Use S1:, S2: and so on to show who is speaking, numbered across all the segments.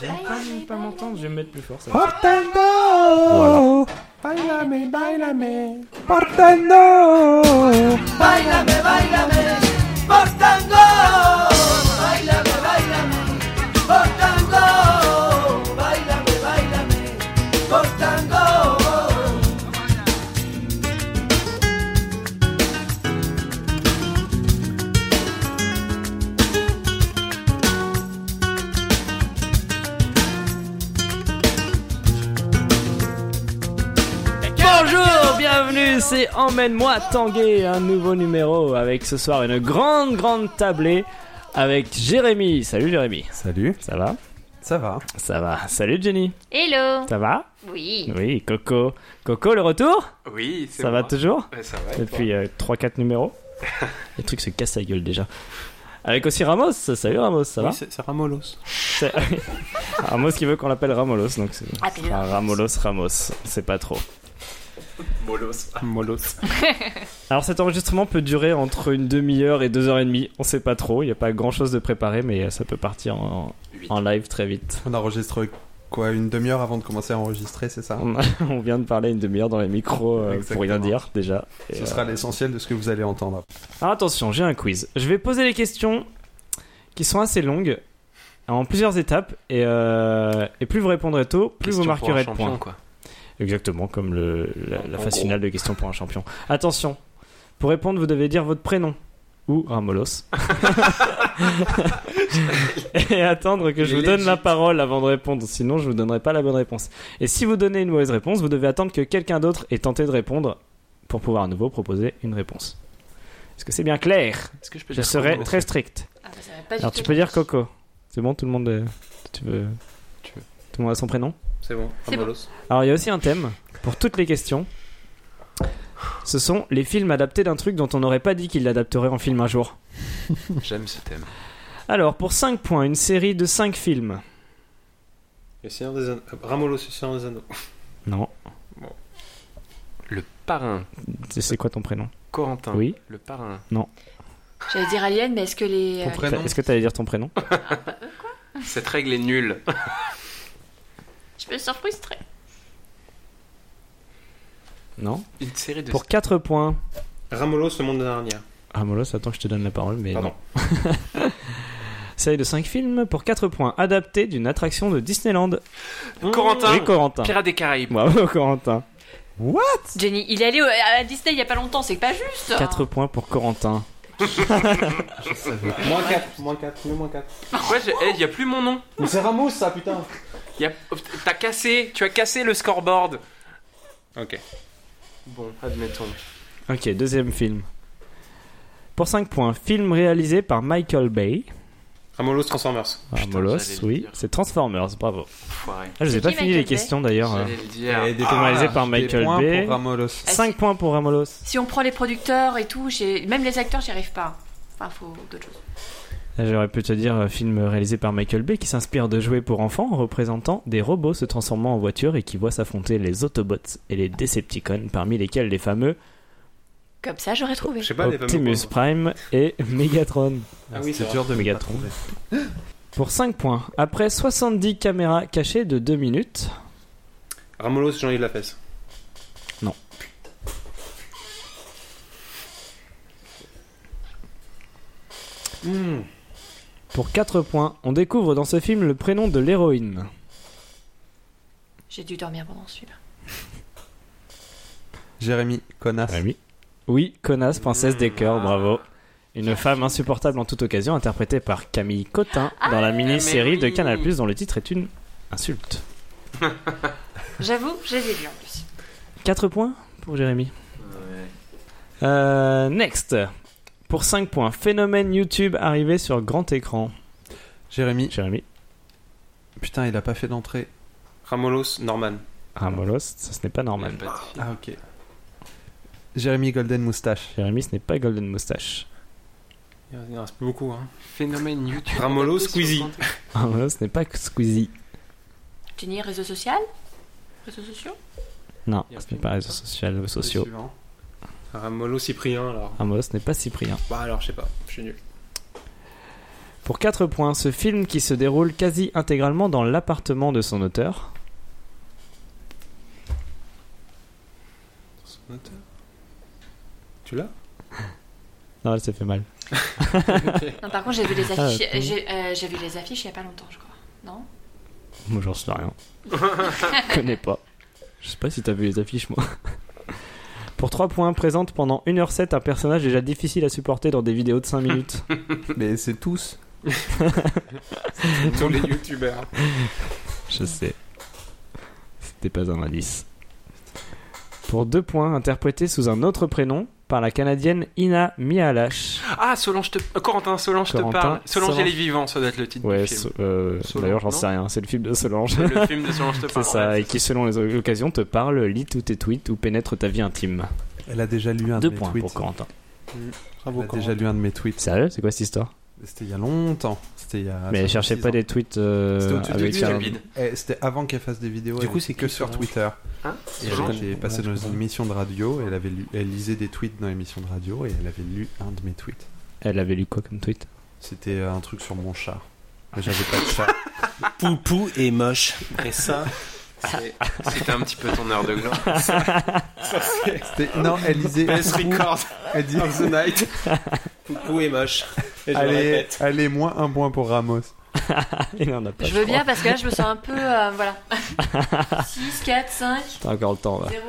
S1: J'aime pas, j'aime pas m'entendre, je vais me mettre plus fort. Ça. va.
S2: Portando, bailame, bailame, portando.
S3: Báilame, báilame, por tango. Báilame, báilame, por tango. Báilame, báilame, por tango.
S1: Bonjour, bienvenue, c'est Emmène-moi Tanguay, un nouveau numéro avec ce soir une grande, grande tablée avec Jérémy. Salut Jérémy.
S2: Salut,
S1: Ça va
S2: ça va
S1: Ça va. Salut Jenny.
S4: Hello
S1: Ça va
S4: Oui
S1: Oui, Coco. Coco, le retour
S5: Oui, c'est
S1: Ça va
S5: moi.
S1: toujours
S5: Ouais, ça va. et toi
S1: Depuis 3-4 numéros. Le truc se casse la gueule déjà. Avec aussi Ramos. Salut Ramos, ça va
S6: Oui, c'est c'est Ramolos.
S1: C'est- Ramos qui veut qu'on l'appelle Ramolos, donc c'est
S4: Appelle-le
S1: Ah, Ramolos Ramos, c'est pas trop.
S5: Molos.
S6: Molos.
S1: Alors cet enregistrement peut durer entre une demi-heure et deux heures et demie, on sait pas trop, il n'y a pas grand chose de préparé, mais euh, ça peut partir en,
S5: Huit.
S1: en live très vite.
S2: On enregistre quoi Une demi-heure avant de commencer à enregistrer, c'est ça
S1: On, on vient de parler une demi-heure dans les micros euh, pour
S2: Exactement.
S1: rien dire déjà. Et,
S2: Ce
S1: euh,
S2: sera l'essentiel de ce que vous allez entendre.
S1: Alors, attention, j'ai un quiz. Je vais poser des questions qui sont assez longues, en plusieurs étapes, et, euh, et plus vous répondrez tôt, plus vous marquerez de points.
S5: quoi.
S1: Exactement, comme le- la, la
S5: En
S1: phase
S5: gros.
S1: finale de questions pour un champion. Attention, pour répondre, vous devez dire votre prénom ou Ramolos. et attendre que je vous donne la parole avant de répondre, sinon je vous donnerai pas la bonne réponse. Et si vous donnez une mauvaise réponse, vous devez attendre que quelqu'un d'autre ait tenté de répondre pour pouvoir à nouveau proposer une réponse. Est-ce que c'est bien clair
S5: Est-ce que je peux
S1: Je
S5: dire
S1: serai
S5: Coco
S1: très strict.
S4: Ah, bah, ça va pas du
S1: Alors
S4: tout.
S1: tu peux dire Coco. C'est bon, tout le monde. euh, Tu veux.
S5: Tu veux.
S1: Tout le monde a son prénom
S5: C'est bon.
S4: C'est bon.
S5: Ramolos.
S1: alors il y a aussi un thème pour toutes les questions. Ce sont les films adaptés d'un truc dont on n'aurait pas dit qu'il l'adapterait en film un jour.
S5: J'aime ce thème.
S1: Alors pour 5 points, une série de 5 films.
S6: Le Seigneur des Anneaux. Euh, Ramolos, le Seigneur des Anneaux.
S1: Non.
S5: Le parrain.
S1: C'est- C'est quoi ton prénom
S5: Corentin.
S1: Oui.
S5: Le parrain.
S4: J'allais dire Alien, mais est-ce que les...
S2: Ton
S4: euh,
S2: prénom
S1: Est-ce que t'allais dire ton prénom
S5: Cette règle est nulle.
S4: Je peux s'en frustrer
S1: Non.
S5: Une série de.
S1: Pour 4 points.
S6: Ramolos, le monde de Narnia.
S1: Ramolos, attends que je te donne la parole, mais
S6: Pardon.
S1: non. Série de 5 films pour 4 points, adaptés d'une attraction de Disneyland.
S5: Corentin.
S1: Oui, Corentin.
S5: Pirates des Caraïbes.
S1: Bravo, Corentin.
S4: Jenny, il est allé au- à Disney il y a pas longtemps, c'est pas juste hein.
S1: 4 points pour Corentin.
S6: Moins 4, moins 4, le moins 4.
S5: Ouais, je- eh, y a plus mon nom.
S6: Mais c'est Ramos, ça, putain.
S5: Y a... oh, T'as cassé. Tu as cassé le scoreboard.
S6: Ok.
S5: Bon, admettons.
S1: Ok, deuxième film. Pour 5 points, film réalisé par Michael Bay.
S6: Ramolos, Transformers.
S1: Ah,
S5: Putain,
S1: Molos,
S5: j'allais le
S1: oui.
S5: dire.
S1: C'est Transformers, bravo.
S5: Foiré.
S1: Ah, je vous ai
S4: C'est
S1: pas
S4: qui,
S1: fini
S4: Michael
S1: les
S4: Bay
S1: questions d'ailleurs. euh.
S5: J'allais le dire.
S2: Et des
S1: Film réalisé
S2: points-
S1: par
S2: Ah, des
S1: Michael
S2: points
S1: Bay.
S2: pour Ramolos.
S4: Ah,
S1: 5 points pour Ramolos.
S4: Si on prend les producteurs et tout, j'ai- même les acteurs, j'y arrive pas. Enfin, faut d'autres choses.
S1: Là, J'aurais pu te dire euh, film réalisé par Michael Bay qui s'inspire de jouets pour enfants en représentant des robots se transformant en voitures et qui voit s'affronter les Autobots et les Decepticons, parmi lesquels les fameux
S4: Comme ça, j'aurais trouvé.
S6: Je sais pas, les fameux
S1: Optimus
S6: pauvres.
S1: Prime et Megatron.
S6: Ah oui, c'est
S2: dur de
S1: Megatron.
S2: me pas
S1: Pour 5 points, après 70 caméras cachées de 2 minutes,
S6: Ramolos, Jean-Yves Lafesse.
S1: pour 4 points, on découvre dans ce film le prénom de l'héroïne.
S4: J'ai dû dormir pendant celui-là.
S2: Jérémy, connasse.
S1: oui. connasse, princesse des cœurs, bravo. Une femme insupportable en toute occasion, interprétée par Camille Cotin dans la mini-série de
S5: Ah, oui.
S1: Canal dont le titre est une insulte.
S4: J'avoue, je les ai vus en plus.
S1: 4 points pour Jérémy.
S5: Ouais.
S1: Euh, next. Pour 5 points, phénomène YouTube arrivé sur grand écran.
S2: Jérémy,
S1: Jérémy,
S2: putain, il a pas fait d'entrée.
S6: Ramolos, Norman.
S1: Ramolos, ça ce n'est pas normal.
S5: Y a pas de fille.
S2: Ah, ok. Jérémy Golden Moustache.
S1: Jérémy, ce n'est pas Golden Moustache.
S6: Il en reste plus beaucoup, hein.
S5: Phénomène YouTube.
S6: Ramolos,
S5: Adapté sur
S6: Squeezie.
S5: Grand Écran.
S1: Ramolos, ce n'est pas Squeezie.
S4: Jenny, réseau social Réseaux sociaux
S1: Non,
S5: Il y a
S1: ce n'est pas réseaux sociaux. sociaux.
S2: Le suivant.
S6: Ramolos, Cyprien, alors.
S1: Ramolos ce n'est pas Cyprien.
S6: Bah alors, je sais pas, je suis nul.
S1: hein. Pour 4 points, ce film qui se déroule quasi intégralement dans l'appartement de son auteur.
S6: Son auteur. Tu l'as
S1: Non, elle s'est fait mal.
S4: Non, par contre, j'ai vu les affiches.
S1: Ah,
S4: j'ai euh, j'ai vu les affiches il y a pas longtemps, je crois. Non
S1: Moi, j'en sais rien. Je connais pas. Je sais pas si t'as vu les affiches, moi. Pour 3 points, présente pendant 1h07 un personnage déjà difficile à supporter dans des vidéos de 5 minutes.
S2: Mais c'est tous.
S6: Tous les youtubeurs.
S1: Je sais. C'était pas un indice. Pour 2 points, interprété sous un autre prénom par la canadienne Ina Mialash.
S5: Ah, Solange te... euh, Corentin, Solange
S1: Corentin,
S5: te parle. Solange,
S1: Solange.
S5: elle est vivante, ça doit être le titre
S1: Ouais,
S5: du film.
S1: so- euh,
S5: Solange,
S1: d'ailleurs, j'en
S5: non
S1: sais rien. C'est le film de Solange.
S5: C'est le film de Solange te
S1: C'est
S5: parle.
S1: ça,
S5: Ouais,
S1: et qui selon les occasions te parle, lit tous tes tweets ou pénètre ta vie intime.
S2: Elle a déjà lu un
S1: Deux
S2: de mes
S1: points
S2: tweets.
S1: pour Corentin.
S6: Bravo,
S2: Elle a
S6: Corentin.
S2: déjà lu un de mes tweets.
S1: Sérieux C'est quoi cette histoire
S2: C'était il y a longtemps. C'était il y a.
S1: Mais
S2: cinq,
S1: cherchez
S2: six
S1: pas
S2: ans.
S1: des tweets euh,
S2: C'était au-dessus du
S1: avec
S5: c'est
S2: Twitter,
S1: un...
S5: le vide.
S2: Eh, C'était avant qu'elle fasse des vidéos.
S6: Du
S2: elle
S6: coup,
S2: était
S6: c'est
S2: que
S6: qui,
S2: sur
S6: Solange
S2: Twitter.
S5: Hein
S2: Et
S6: Solange
S2: elle était passée dans une émission de radio. Elle avait lu- elle lisait des tweets dans l'émission de radio et elle avait lu un de mes tweets.
S1: Elle avait lu quoi comme tweet
S2: C'était un truc sur mon chat. Mais j'avais pas de chat.
S6: Poupou est moche. Et ça,
S5: C'est- C'était un petit peu ton heure de gloire.
S2: C'était- Non, elle lisait.
S6: Let's record
S2: Elle dit-
S6: of the night. Poupou est moche. Et je le
S2: Allez,
S6: répète.
S2: allez, moins un point pour Ramos.
S1: Il en a pas.
S4: Je veux bien parce que là, je me sens un peu. euh, voilà. 6, 4, 5,
S1: T'as encore le temps. Bah.
S4: 0.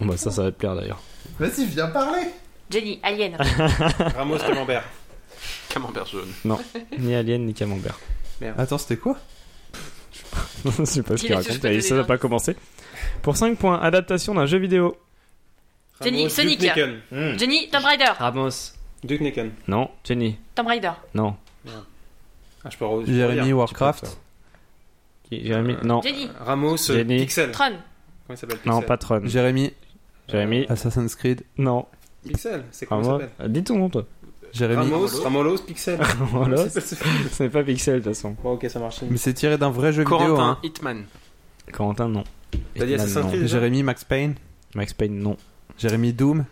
S1: Bon, bah, ça, ça va te plaire d'ailleurs.
S2: Vas-y, viens parler.
S4: Jenny, Alien.
S6: Ramos Camembert.
S5: Camembert jaune.
S1: Ni Alien ni Camembert.
S2: Attends, c'était quoi
S1: Je sais pas ce
S4: Il
S1: qu'il
S4: a juste
S1: raconte.
S4: donné
S1: et Ça n'a
S4: des
S1: pas commencé. Pour 5 points, adaptation d'un jeu vidéo.
S4: Sonic,
S6: Ramos,
S4: Sonic.
S6: Duke Nukem.
S4: Jenny, Tomb Raider.
S1: Ramos.
S6: Duke Nukem.
S1: Non. Jenny.
S4: Tomb Raider.
S1: Non.
S6: Ah, je peux re- je peux
S2: Jérémy
S6: redire.
S2: Warcraft.
S1: Qui-
S4: Euh,
S1: Jérémy. Non.
S4: Jenny,
S6: Ramos euh,
S1: Jenny.
S6: Pixel. Comment
S4: Tron.
S6: il s'appelle
S1: Non,
S6: Pixel
S1: pas Tron.
S2: Jérémy
S1: Jérémy.
S2: Assassin's Creed.
S1: Euh, Non.
S6: Pixel, c'est comment il
S1: Ramos.
S6: s'appelle
S1: Dis ton nom, toi.
S2: Jérémy.
S6: Ramos, Ramolos, Pixel.
S1: Voilà.
S6: C'est pas ce film.
S1: Ce n'est pas Pixel, de toute façon.
S6: Bon, ok, ça marche.
S2: Mais c'est tiré d'un vrai jeu vidéo.
S5: Corentin,
S2: Hein.
S5: Hitman.
S1: Corentin, non.
S6: T'as dit
S1: Ethan,
S6: Assassin's
S1: non.
S6: Creed déjà
S2: Jérémy Max Payne.
S1: Max Payne, non.
S2: Jérémy Doom.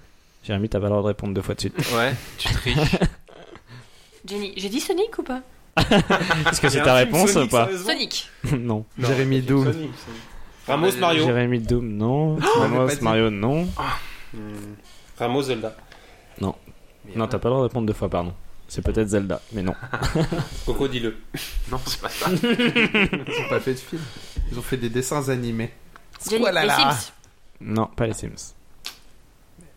S1: Jérémy, t'as pas le droit de répondre deux fois de suite.
S5: Ouais, tu triches.
S4: Jenny, j'ai dit Sonic ou pas
S1: Est-ce que
S6: Il y
S1: c'est
S6: a
S1: ta
S6: un film
S1: réponse ou
S6: Sonic,
S1: pas
S6: sérieusement
S4: Sonic.
S1: Non.
S6: Non,
S2: Jérémy
S6: c'est
S2: Doom.
S6: Sonic, Sonic. Ramos,
S5: Ah,
S6: Mario.
S1: Jérémy Doom, non. Ramos,
S2: pas dit.
S1: Mario, non.
S6: Hmm. Ramos, Zelda.
S1: Non, t'as pas le droit de répondre deux fois, pardon. C'est peut-être Zelda, mais non.
S6: Coco, dis-le.
S5: Non, c'est pas ça.
S2: Ils ont pas fait de film. Ils ont fait des dessins animés.
S4: Jenny, les Sims.
S1: Non, pas les Sims.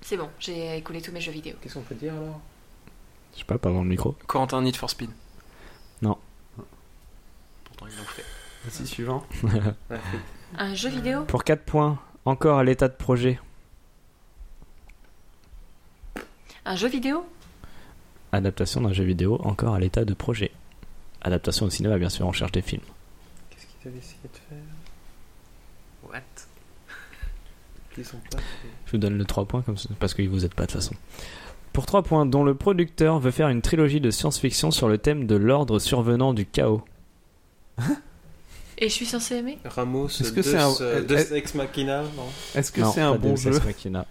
S4: C'est bon, j'ai écoulé tous mes jeux vidéo.
S6: Qu'est-ce qu'on peut dire alors
S1: Je sais pas, pas dans le micro.
S5: Corentin, Need for Speed.
S1: Non.
S5: Pourtant, ils l'ont fait.
S2: Vas-y, suivant.
S4: Un jeu vidéo
S1: Pour 4 points, encore à l'état de projet.
S4: Un jeu vidéo
S1: Adaptation d'un jeu vidéo, encore à l'état de projet. Adaptation au cinéma, bien sûr, on cherche des films.
S6: Qu'est-ce qu'ils avaient essayé de faire
S5: What
S6: Qu'ils sont pas fait
S1: Je vous donne le 3 points comme ça, parce que vous êtes pas de toute façon. Pour 3 points, dont le producteur veut faire une trilogie de science-fiction sur le thème de l'ordre survenant du chaos.
S4: Et je suis censée aimer
S6: Ramos,
S2: Est-ce que c'est un-
S6: Deus, euh, Deus Ex Machina, non
S2: Est-ce que
S1: Non,
S2: c'est un
S1: pas
S2: bon
S1: Deus
S2: jeu
S1: Ex Machina.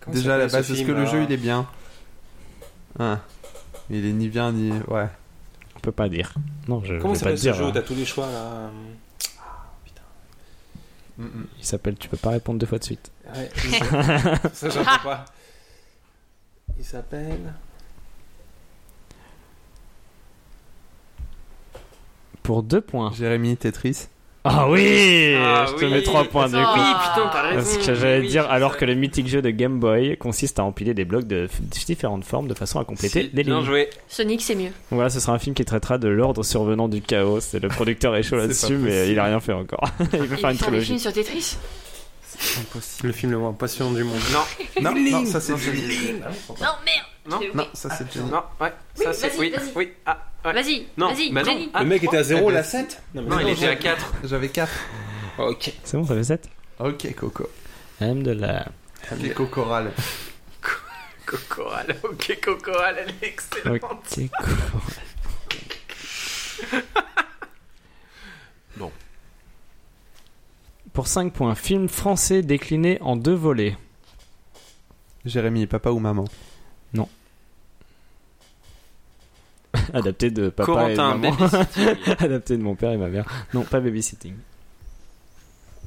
S6: Comment
S2: Déjà à la
S6: s'appelait
S2: base,
S6: ce
S2: est-ce
S6: film,
S2: que le
S6: alors
S2: jeu il est bien Hein. Il est ni bien ni. Ouais.
S1: On peut pas dire. Non, je, je vais
S6: Comment
S1: pas
S6: s'appelle
S1: te
S6: ce
S1: dire.
S6: jeu
S1: hein.
S6: T'as tous les choix là.
S1: Il s'appelle Tu peux pas répondre deux fois de suite.
S6: Ouais, ça- ça j'en peux pas. Il s'appelle.
S1: Pour 2 points.
S2: Jérémy Tetris.
S1: Ah oui
S5: Ah
S1: Je te
S5: oui.
S1: mets 3 points du
S4: Ah.
S1: coup.
S5: Oui, putain, t'as raison.
S1: Parce que j'allais
S5: Oui,
S1: dire,
S5: c'est
S1: alors
S5: ça.
S1: que le mythique jeu de Game Boy consiste à empiler des blocs de f- différentes formes de façon à compléter
S5: Si,
S1: des
S5: Bien
S1: lignes.
S5: joué.
S4: Sonic, c'est mieux.
S1: Donc voilà, ce sera un film qui traitera de l'ordre survenant du chaos. C'est le producteur est chaud
S2: C'est pas
S1: là-dessus, mais
S2: possible.
S1: il a rien fait encore. il veut
S4: Ils
S1: faire une
S4: font des films
S1: trilogie.
S4: sur Tetris
S2: Impossible.
S6: Le film le moins passion du monde.
S5: Non,
S2: Non, non, ça c'est
S4: Non, merde
S5: Non,
S4: j'ai oublié.
S2: Non, ça c'est Jenny.
S5: non, ouais. Ça
S4: Oui,
S5: c'est.
S4: vas-y,
S5: Oui,
S4: vas-y.
S5: oui. Ah, ouais.
S4: Vas-y,
S5: Non,
S4: vas-y,
S5: bah non.
S4: Jenny.
S5: Ah,
S6: le mec était à 0,
S2: Eh ben,
S6: la 7
S5: Non, il était à 4.
S2: J'avais 4.
S6: Ok.
S1: C'est bon, ça fait 7
S2: Ok, Coco.
S1: M de la.
S2: Ok, Cocoral.
S5: Cocoral, ok, Cocoral, elle est excellente.
S1: Ok, cool.
S5: Bon.
S1: Pour 5 points, film français décliné en deux volets.
S2: Jérémy, papa ou maman
S1: adapté de papa et
S5: Corentin,
S1: maman.
S5: Babysitting.
S1: adapté de mon père et ma mère. Non, pas babysitting.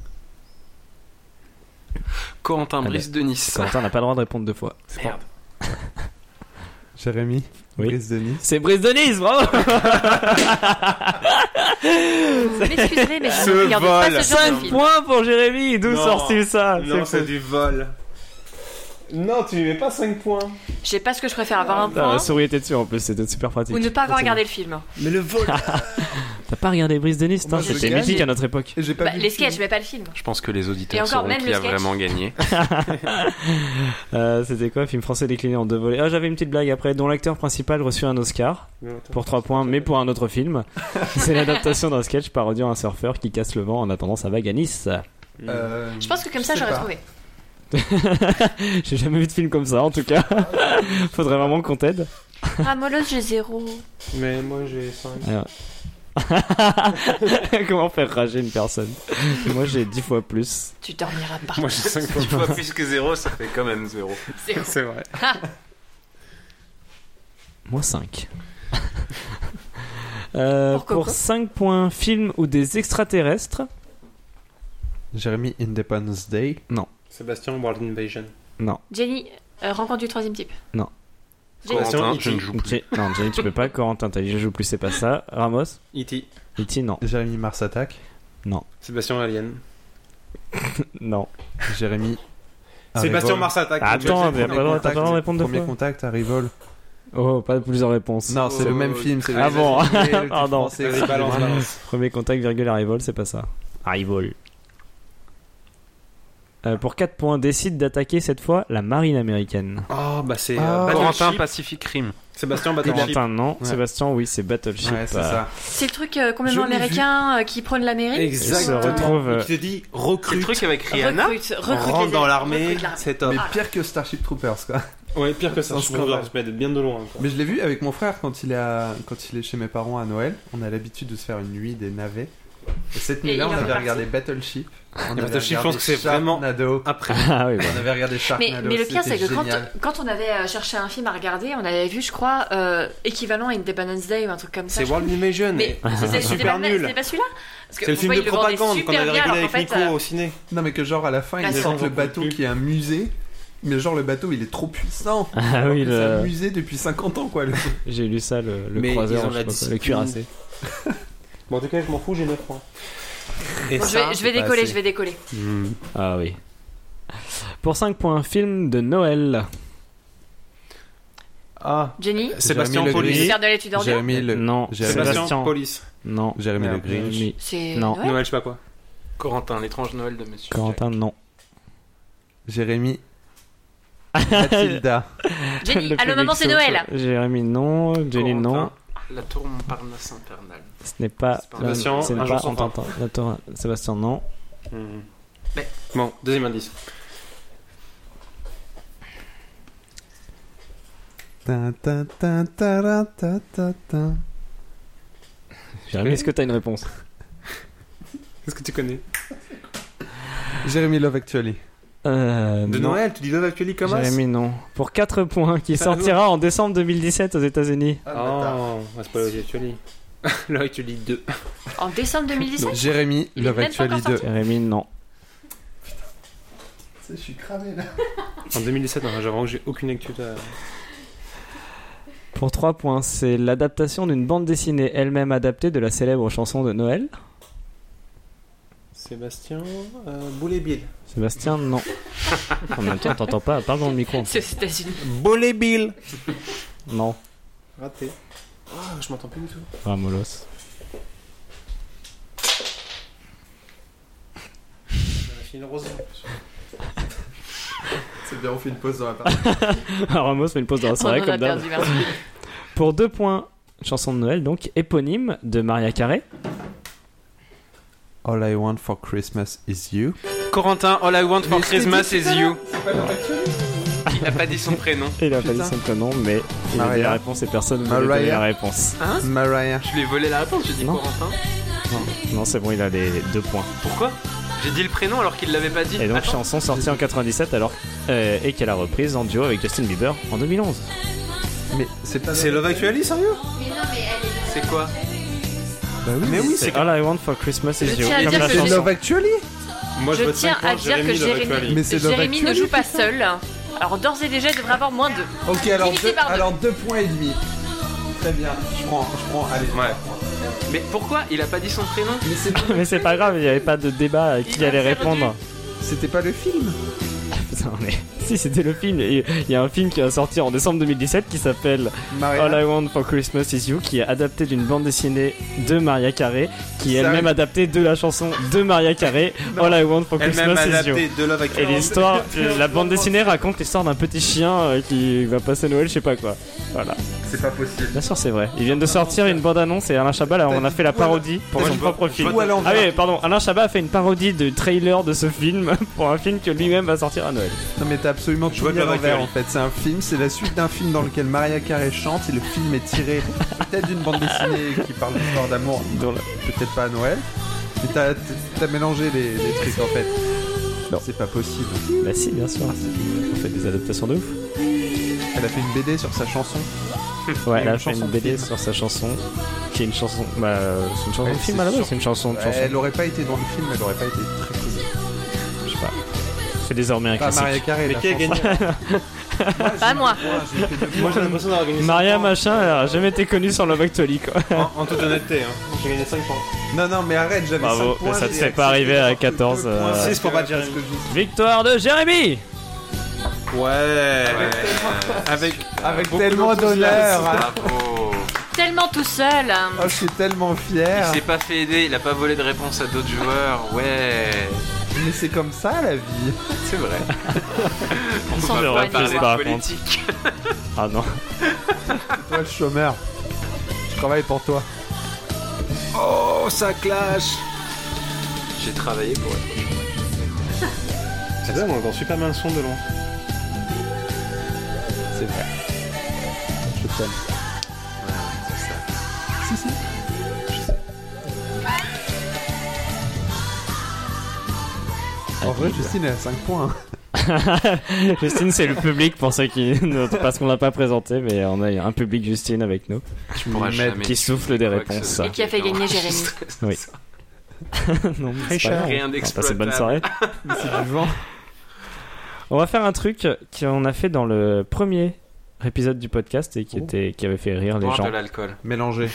S5: Corentin Brice de Nice.
S1: Quentin n'a pas le droit de répondre deux fois.
S5: Merde.
S2: Jérémy,
S1: Oui.
S2: Brice Denis.
S1: C'est Brice de Nice, bravo
S4: Vous m'excuserez, mais je
S6: Ce
S4: ne regarde pas ce
S6: vol.
S4: genre de
S1: 5
S4: film.
S1: points pour Jérémy D'où
S6: Non.
S1: sort-il ça
S6: Non, c'est du vol. Non, tu lui mets pas 5 points.
S4: Je sais pas ce que je préfère, avoir un
S1: Putain,
S4: point
S1: La souris était dessus en plus, c'était super pratique.
S4: Hein ou ne pas avoir regardé le film.
S6: Mais le vol.
S1: T'as pas regardé Brice de Nice,
S2: Moi,
S1: hein,
S2: je
S1: c'était
S2: gagne.
S1: mythique à notre époque.
S2: J'ai pas
S4: Bah,
S2: vu
S4: les
S2: le film.
S4: sketchs, mais pas le film.
S5: Je pense que les
S4: Et
S5: auditeurs
S4: encore,
S5: sauront
S4: même
S5: qui
S4: le
S5: a
S4: sketch.
S5: vraiment gagné.
S1: Euh, c'était quoi, film français décliné en deux volets Ah, j'avais une petite blague après, dont l'acteur principal reçut un Oscar
S6: Non, attends.
S1: pour 3 points, mais pour un autre film. C'est l'adaptation d'un sketch parodiant un surfeur qui casse le vent en attendant sa vague à Nice.
S6: Mm.
S2: Euh,
S4: Je pense que comme
S2: je
S4: ça,
S2: sais
S4: j'aurais
S2: pas.
S4: trouvé.
S1: J'ai jamais vu de film comme ça en tout cas. Faudrait vraiment qu'on t'aide.
S4: Ramolos, j'ai zéro.
S6: Mais moi j'ai 5.
S1: Alors. Comment faire rager une personne Moi j'ai 10 fois plus.
S4: Tu dormiras pas.
S6: Moi j'ai 5
S5: Une fois plus que zéro, ça fait quand même zéro.
S4: Zéro.
S6: C'est vrai.
S1: Moins 5.
S4: Pour Coco.
S1: Euh, pour 5 points, film ou des extraterrestres.
S2: Jérémy Independence Day.
S6: Sébastien World Invasion.
S4: Jenny, euh, rencontre du troisième type.
S1: Non.
S4: Jenny,
S5: Corentin,
S6: Jenny.
S5: je ne joue plus.
S1: Ok, Non, Jenny, tu peux pas. Corentin, t'as dit je joue plus, c'est pas ça. Ramos
S6: E.T.
S1: Iti, non.
S2: Jérémy Mars Attack.
S6: Sébastien Alien.
S1: Non.
S2: Jérémy.
S6: Sébastien
S2: Arrival.
S6: Mars Attack.
S2: Ah,
S1: Attends,
S2: Premier
S1: mais t'as pas le droit- t'as pas le droit de répondre deux
S2: Premier
S1: fois.
S2: contact, Arrival.
S1: Oh, pas plusieurs réponses.
S2: Non, c'est
S6: Oh,
S2: le même film. c'est le
S1: ah
S2: même
S1: bon.
S2: film, Ah, mais le titre
S1: Pardon.
S2: français,
S6: Vas-y,
S2: c'est
S6: balance,
S2: vraiment-
S6: balance.
S1: Premier contact, virgule, arrival, c'est pas ça. Arrival. Euh, pour 4 points, décide d'attaquer cette fois la marine américaine.
S6: Oh, bah c'est.
S2: Ah.
S6: euh,
S5: Corentin
S6: Battleship.
S5: Pacific Rim.
S6: Sébastien Battleship.
S1: Corentin, non.
S2: Ouais.
S1: Sébastien, oui, c'est Battleship.
S2: Ouais, c'est
S1: Euh,
S2: ça.
S4: C'est le truc euh, complètement
S6: Je l'ai vu.
S4: américain euh, qui prône l'Amérique.
S1: se retrouve, euh,
S6: Il te dit
S5: C'est le
S6: recrute.
S5: truc
S2: Ah,
S5: avec Rihanna
S4: Recrute,
S6: On
S4: recrute.
S6: rentre
S4: les-
S6: dans l'armée,
S4: recrute l'armée.
S6: c'est top.
S2: Mais pire que Starship Troopers, quoi.
S6: Ouais, pire que ça,
S2: Un
S6: je trouve.
S2: scandale.
S6: Je mets de bien de loin. quoi.
S2: Mais je l'ai vu avec mon frère quand il est, à- quand il est chez mes parents à Noël. On a l'habitude de se faire une nuit des navets. Et cette
S4: Et
S2: nuit-là,
S4: il
S2: on
S4: en est
S2: avait
S4: parti.
S2: regardé Battleship. On avait
S6: Battleship, je pense
S2: regardé
S6: que c'est vraiment-
S2: Sharknado.
S6: Après,
S1: Ah oui, bah.
S2: On avait regardé
S4: Mais,
S2: Sharknado.
S4: mais le pire, c'est que
S2: c'était
S4: quand,
S2: génial.
S4: quand on avait euh, cherché un film à regarder, on avait vu, je crois, euh, équivalent à Independence Day ou un truc comme ça.
S6: c'est
S4: je
S6: World Invasion.
S4: Mais c'est
S6: super
S4: pas,
S6: nul.
S4: C'est pas celui-là Parce que
S6: C'est le
S4: vous
S6: film de
S4: voyez, vendait
S6: propagande qu'on
S4: super
S6: avait
S4: bien,
S6: regardé
S4: alors
S6: avec
S4: qu'en
S6: Nico
S4: fait, euh,
S6: au ciné.
S2: Non, mais que genre à la fin, ils
S4: Passion.
S2: sortent le bateau qui est un musée. Mais genre le bateau, il est trop puissant.
S1: Ah oui,
S2: C'est un
S1: le-
S2: musée depuis 50 ans, quoi. le-
S1: j'ai lu ça, le, le
S6: Mais
S1: croiseur,
S6: ils ont
S1: je
S6: la
S1: sais pas quoi, le
S6: discipline.
S1: cuirassé.
S6: Bon, en tout cas, je m'en fous, j'ai 9 points. Et
S4: bon, je vais, je vais
S2: pas
S4: décoller,
S2: assez.
S4: je vais décoller.
S1: Ah oui. Pour 5 points, film de Noël.
S6: Ah,
S4: Jenny,
S6: Sébastien
S2: Jérémy Le
S4: le
S2: Gris.
S6: Police.
S4: ministère de l'étude ordure
S2: Jérémy le...
S1: Non.
S2: Jérémy-
S1: Sébastien.
S6: Sébastien Police.
S1: Non.
S2: Jérémy
S6: Ah,
S2: le Grinch.
S1: Jérémy.
S4: C'est
S1: Non.
S4: Noël
S6: Noël, je sais pas quoi.
S5: Corentin, l'étrange Noël de Monsieur.
S1: Corentin, non.
S2: Jérémy. Mathilda.
S4: Jenny,
S1: Le
S4: à le moment,
S1: public
S4: c'est
S1: saute.
S4: Noël
S1: Jérémy, non. Jenny,
S5: Corentin,
S1: non.
S5: La tour Montparnasse infernale.
S1: Ce n'est pas.
S5: C'est pas-
S1: la-
S6: Sébastien,
S1: ce n'est
S6: un
S1: pas
S6: jour sans
S1: Tintin. La tour- Sébastien, non.
S5: Mais-
S6: Bon, deuxième indice.
S2: Tin, tin, tin, tarin, tin, tin, tin.
S1: Jérémy, est-ce que t'as une réponse
S6: Qu'est-ce que tu connais
S2: Jérémy Love Actually.
S1: Euh,
S6: De
S1: non.
S6: Noël, tu dis Love Actually comme ça
S1: Jérémy, non. Pour 4 points, qui
S6: Ça
S1: sortira en décembre 2017 aux États-Unis.
S2: Ah,
S4: Ah,
S6: Oh, c'est pas Love Actually. Love Actually 2.
S4: En décembre 2017
S2: Jérémy
S4: Il est
S2: Love
S4: même pas
S2: Actually
S4: encore
S2: 2.
S1: Jérémy, non.
S2: Je suis cramé là.
S6: En 2017, hein, j'avoue que j'ai aucune actu. là.
S1: Pour 3 points, c'est l'adaptation d'une bande dessinée elle-même adaptée de la célèbre chanson de Noël.
S6: Sébastien euh, Boulet Bill.
S1: Sébastien, non. en même temps, t'entends pas, parle dans le micro.
S4: C'est aux États-Unis.
S6: Boulet Bill
S1: Non,
S6: Raté.
S4: Ah,
S6: Oh, je m'entends plus du tout.
S1: Ramolos.
S6: Une rose.
S2: C'est bien, on fait une pause dans la partie.
S1: Ramos fait une pause dans la
S4: On en
S1: soirée,
S4: a
S1: Oh, comme d'hab.
S4: perdu, merci.
S1: Pour 2 points, chanson de Noël, donc, éponyme de Maria Carré.
S2: All I want for Christmas is you.
S5: Corentin, all I want for
S2: Mais je t'ai dit
S5: Christmas
S2: tout
S5: is you. Il n'a pas dit son prénom.
S1: Il a pas dit
S2: Putain.
S1: son prénom, mais il a dit la
S2: Maria.
S1: réponse et personne ne voulait donner
S2: Maria.
S1: la réponse.
S2: Mariah.
S5: Je lui ai volé la réponse, j'ai dit
S1: Hein Non.
S5: Corentin.
S1: Non, c'est bon, il a les 2 points.
S5: Pourquoi J'ai dit le prénom alors qu'il l'avait pas dit.
S1: Et donc,
S5: Attends.
S1: chanson sortie en 97 alors, euh, et qu'elle a reprise en duo avec Justin Bieber en 2011.
S2: Mais c'est pas.
S6: C'est Love Actually, sérieux
S4: Mais non,
S7: non, mais elle est.
S5: C'est quoi
S2: Bah oui,
S6: Mais oui,
S1: C'est
S6: c'est
S1: All I Want for Christmas is
S4: Je
S1: You.
S4: tiens à
S1: Comme
S4: dire
S1: la
S4: que j'ai-
S1: chanson.
S6: Love Actually
S2: Moi
S4: je tiens à dire que Jérémy,
S2: Mais c'est Love
S4: Jérémy ne
S2: Actually,
S4: joue pas seul. Alors d'ores et déjà, il devrait avoir moins de.
S6: Ok, alors
S4: Divisé
S6: deux,
S4: par deux.
S6: alors deux points et demi. Très bien, je prends, je prends, allez.
S5: Ouais. Mais pourquoi il a pas dit son prénom
S6: Mais c'est-
S1: Mais c'est pas grave, il n'y avait pas de débat à qui
S4: Il a
S1: allait
S4: perdu.
S1: répondre.
S6: c'était pas le film
S1: Putain, mais si c'était le film, il il y a un film qui a sorti en décembre 2017 qui s'appelle All I Want for Christmas is You, qui est adapté d'une bande dessinée de Maria Carey, qui est
S2: Ça-
S1: elle-même adaptée de la chanson de Maria Carey, All I Want for
S2: Elle-même
S1: Christmas is You.
S2: adaptée de Love
S1: Et
S2: Actually.
S1: l'histoire, la bande dessinée raconte l'histoire d'un petit chien euh, qui va passer Noël, je sais pas quoi. Voilà.
S2: C'est pas possible.
S1: Bien sûr, c'est vrai. Ils viennent de sortir une bande-annonce et Alain Chabat, on a fait la parodie pour
S2: Moi,
S1: son
S2: je vois-
S1: propre
S2: je
S1: film.
S2: vois ta-
S1: Ah oui, pardon, Alain Chabat a fait une parodie de trailer de ce film pour un film que lui-même va sortir à Noël.
S2: Non mais t'as absolument
S5: Je
S2: tout
S5: vois
S2: mis
S5: de
S2: à
S5: Love
S2: l'envers en
S5: Actually.
S2: fait. C'est un film, c'est la suite d'un film dans lequel Maria Carey chante et le film est tiré peut-être d'une bande dessinée qui parle d'histoire d'amour,
S1: Dans la-
S2: peut-être pas à Noël. Mais t'as- t'as mélangé les, les trucs en fait.
S1: Non.
S2: C'est pas possible.
S1: Bah si, bien sûr. On fait des adaptations de ouf.
S2: Elle a fait une BD sur sa chanson.
S1: Ouais,
S2: Et
S1: elle a
S2: une
S1: fait
S2: chanson
S1: une
S2: de
S1: BD
S2: film.
S1: sur sa chanson, qui est une chanson. Bah, euh, c'est une chanson
S2: Ouais,
S1: de film
S2: c'est
S1: à la base,
S2: sûr.
S1: c'est une chanson de
S2: Elle
S1: chanson.
S2: aurait pas été dans le film, elle aurait pas été très connue.
S1: Je sais pas. C'est désormais un
S2: Pas
S1: classique.
S2: Maria Carey.
S6: Mais
S2: la
S6: qui a
S2: chanson. hein,
S6: gagné
S4: Pas moi.
S2: J'ai fait deux
S6: Moi j'ai
S2: points.
S6: l'impression d'avoir gagné.
S1: Maria
S6: cinq
S1: Machin, elle a jamais été connue sur Love Actually quoi.
S6: points. En, en toute honnêteté, hein. j'ai gagné 5 points.
S2: Non, non, mais arrête, j'avais
S1: Bravo,
S2: 5 points.
S1: mais ça te
S2: j'ai
S1: fait pas
S2: accepté
S1: arriver à
S2: d'avoir que
S1: 14,
S2: deux
S1: euh,
S2: points,
S6: Six pour
S2: parce
S6: battre
S2: que
S6: Jérémy.
S2: je-
S1: Victoire de Jérémy
S5: Ouais.
S2: Avec, avec
S5: beaucoup
S2: tellement d'honneur. hein.
S1: Ah.
S5: Bravo.
S4: Tellement tout seul. hein.
S2: Oh, je suis tellement
S5: Il
S1: Ah.
S2: fier.
S5: s'est pas fait aider, il a pas volé de réponse à d'autres joueurs. Ouais.
S2: Mais c'est comme ça la vie.
S5: C'est vrai. On
S4: s'en
S5: va
S4: fout,
S5: pas parler
S1: par
S5: de politique.
S1: Ah non.
S2: Toi, le chômeur. Je travaille pour toi.
S5: Oh, ça clash. J'ai travaillé pour elle.
S6: C'est vrai, on entend super bien le son de loin.
S2: C'est vrai. Je t'aime. En vrai, Justine est à 5 points.
S1: Justine, c'est le public pour ceux qui. ne- parce qu'on l'a pas présenté, mais on a un public Justine avec nous
S5: Tu pourras
S2: mettre
S5: jamais.
S1: qui souffle des
S5: crois que
S1: réponses.
S5: ça-
S4: Et qui a fait gagner Jérémy.
S1: Oui. non, mais c'est pas grave.
S5: Rien
S1: On va passer
S5: d'exploitable.
S1: bonne soirée.
S2: Mais c'est du vent.
S1: On va faire un truc qu'on a fait dans le premier épisode du podcast et qui,
S2: Oh.
S1: était, qui avait fait rire les
S5: Boire
S1: gens.
S5: de l'alcool.
S2: Mélangé.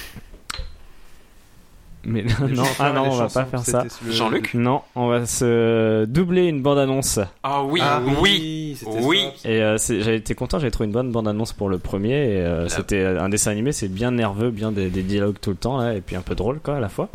S1: Mais non, non, ah non, on va pas faire ça.
S5: Jean-Luc
S1: Non, on va se doubler une bande-annonce.
S5: Ah oui, oui.
S6: c'était
S5: Oui.
S6: ça.
S1: Et euh, c'est- j'avais été content, j'avais trouvé une bonne bande-annonce pour le premier. et, euh, C'était un dessin animé, c'est bien nerveux, bien des, des dialogues tout le temps, là, et puis un peu drôle, quoi, à la fois.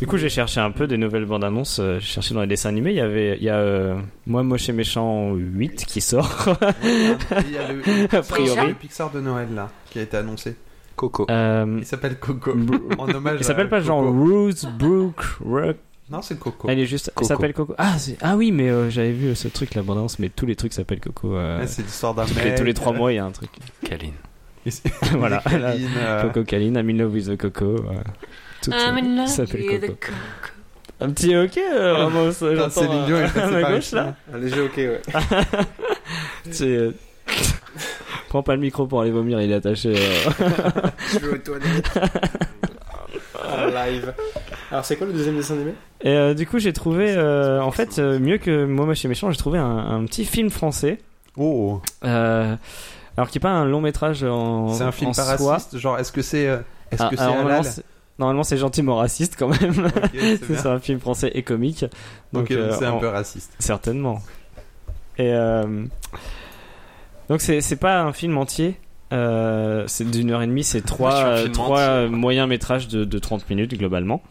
S1: Du coup, j'ai cherché un peu des nouvelles bandes annonces. euh, J'ai cherché dans les dessins animés. Il y avait, il y a euh, Moi, Moche et Méchant 8 qui sort,
S2: Il y a le,
S1: a
S2: il y a
S1: priori.
S2: le Pixar de Noël là qui a été annoncé.
S5: Coco.
S1: Euh,
S2: Il s'appelle Coco.
S1: Br-
S2: En hommage.
S1: il
S2: à
S1: s'appelle pas
S2: Coco.
S1: genre Rose Brooke Rock.
S2: Non, c'est Coco.
S1: Elle est juste. Elle
S5: Coco.
S1: s'appelle Coco. Ah, c'est- ah oui, mais euh, j'avais vu ce truc, la bande annonce, mais tous les trucs s'appellent Coco. euh,
S2: Ouais, Ah, C'est l'histoire d'un
S1: tous,
S2: mec.
S1: les, tous les trois mois, il y a un truc.
S5: Kaline.
S1: voilà.
S2: Des câlines, euh,
S1: Coco Caline, I'm in love with the Coco. euh, tout
S4: I'm
S1: euh,
S4: in love
S1: s'appelle
S4: with
S1: Coco.
S4: the coco.
S1: Un petit ok, euh, Ramos. euh,
S2: Ah. putain,
S1: j'entends,
S2: Céline Dion
S1: euh,
S2: est passée
S1: à
S2: par
S1: ma gauche
S2: ici. hein.
S1: là.
S6: Un léger ok, ouais.
S1: C'est, euh, Prends pas le micro pour aller vomir, il est attaché. euh,
S6: Je vais aux toilettes. En live. Alors, c'est quoi le deuxième dessin animé
S1: Et euh, du coup, j'ai trouvé, euh, en fait, euh, mieux que Moi Moche et Méchant, j'ai trouvé un, un petit film français.
S2: Oh,
S1: euh, alors, qui est pas un long métrage en.
S2: c'est un film
S1: en
S2: pas
S1: soi.
S2: raciste. Genre, est-ce que c'est. euh, Est-ce
S1: Ah,
S2: que c'est
S1: alors, normalement,
S2: halal
S1: c'est- Normalement, c'est gentiment raciste quand même.
S2: Ok, c'est bien.
S1: c'est un film français et comique.
S2: Ok,
S1: Donc, euh,
S2: donc c'est un
S1: en-
S2: peu raciste.
S1: Certainement. Et euh, donc c'est c'est pas un film entier. euh, c'est d'une heure et demie, c'est trois,
S5: c'est un
S1: euh,
S5: film
S1: trois
S5: entier.
S1: euh, moyens métrages de, de 30 minutes globalement.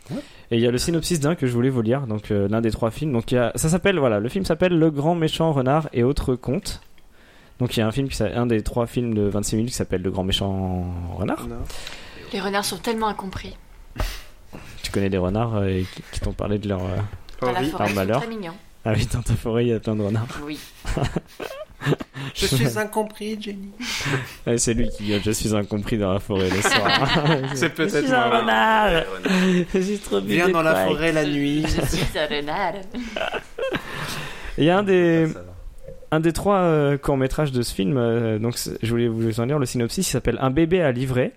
S1: Et il y a le synopsis d'un que je voulais vous lire, donc euh, l'un des trois films. Donc il y a- ça s'appelle voilà, le film s'appelle Le Grand Méchant Renard et autres contes. Donc il y a un film qui s'a- un des trois films de 26 minutes qui s'appelle Le Grand Méchant Renard.
S6: Non.
S4: Les renards sont tellement incompris.
S1: Tu connais des renards euh, et qui, qui t'ont parlé de leur euh,
S4: À la forêt,
S1: par
S4: ils sont
S1: malheur.
S4: très mignons.
S1: ah oui dans ta forêt il y a plein de renards.
S4: Oui.
S1: Je suis incompris, Jenny. C'est lui qui gueule, je suis incompris dans la forêt le soir.
S6: C'est peut-être
S1: un
S6: moi.
S1: renard. J'ai trop bu
S6: Viens
S1: des
S6: dans la
S1: couailles.
S6: forêt la nuit.
S4: Je suis un renard.
S1: Il y a un des,
S2: Ça, là.
S1: un des trois euh, courts-métrages de ce film, euh, donc c'est- je voulais vous en lire le synopsis, il s'appelle Un bébé à livrer.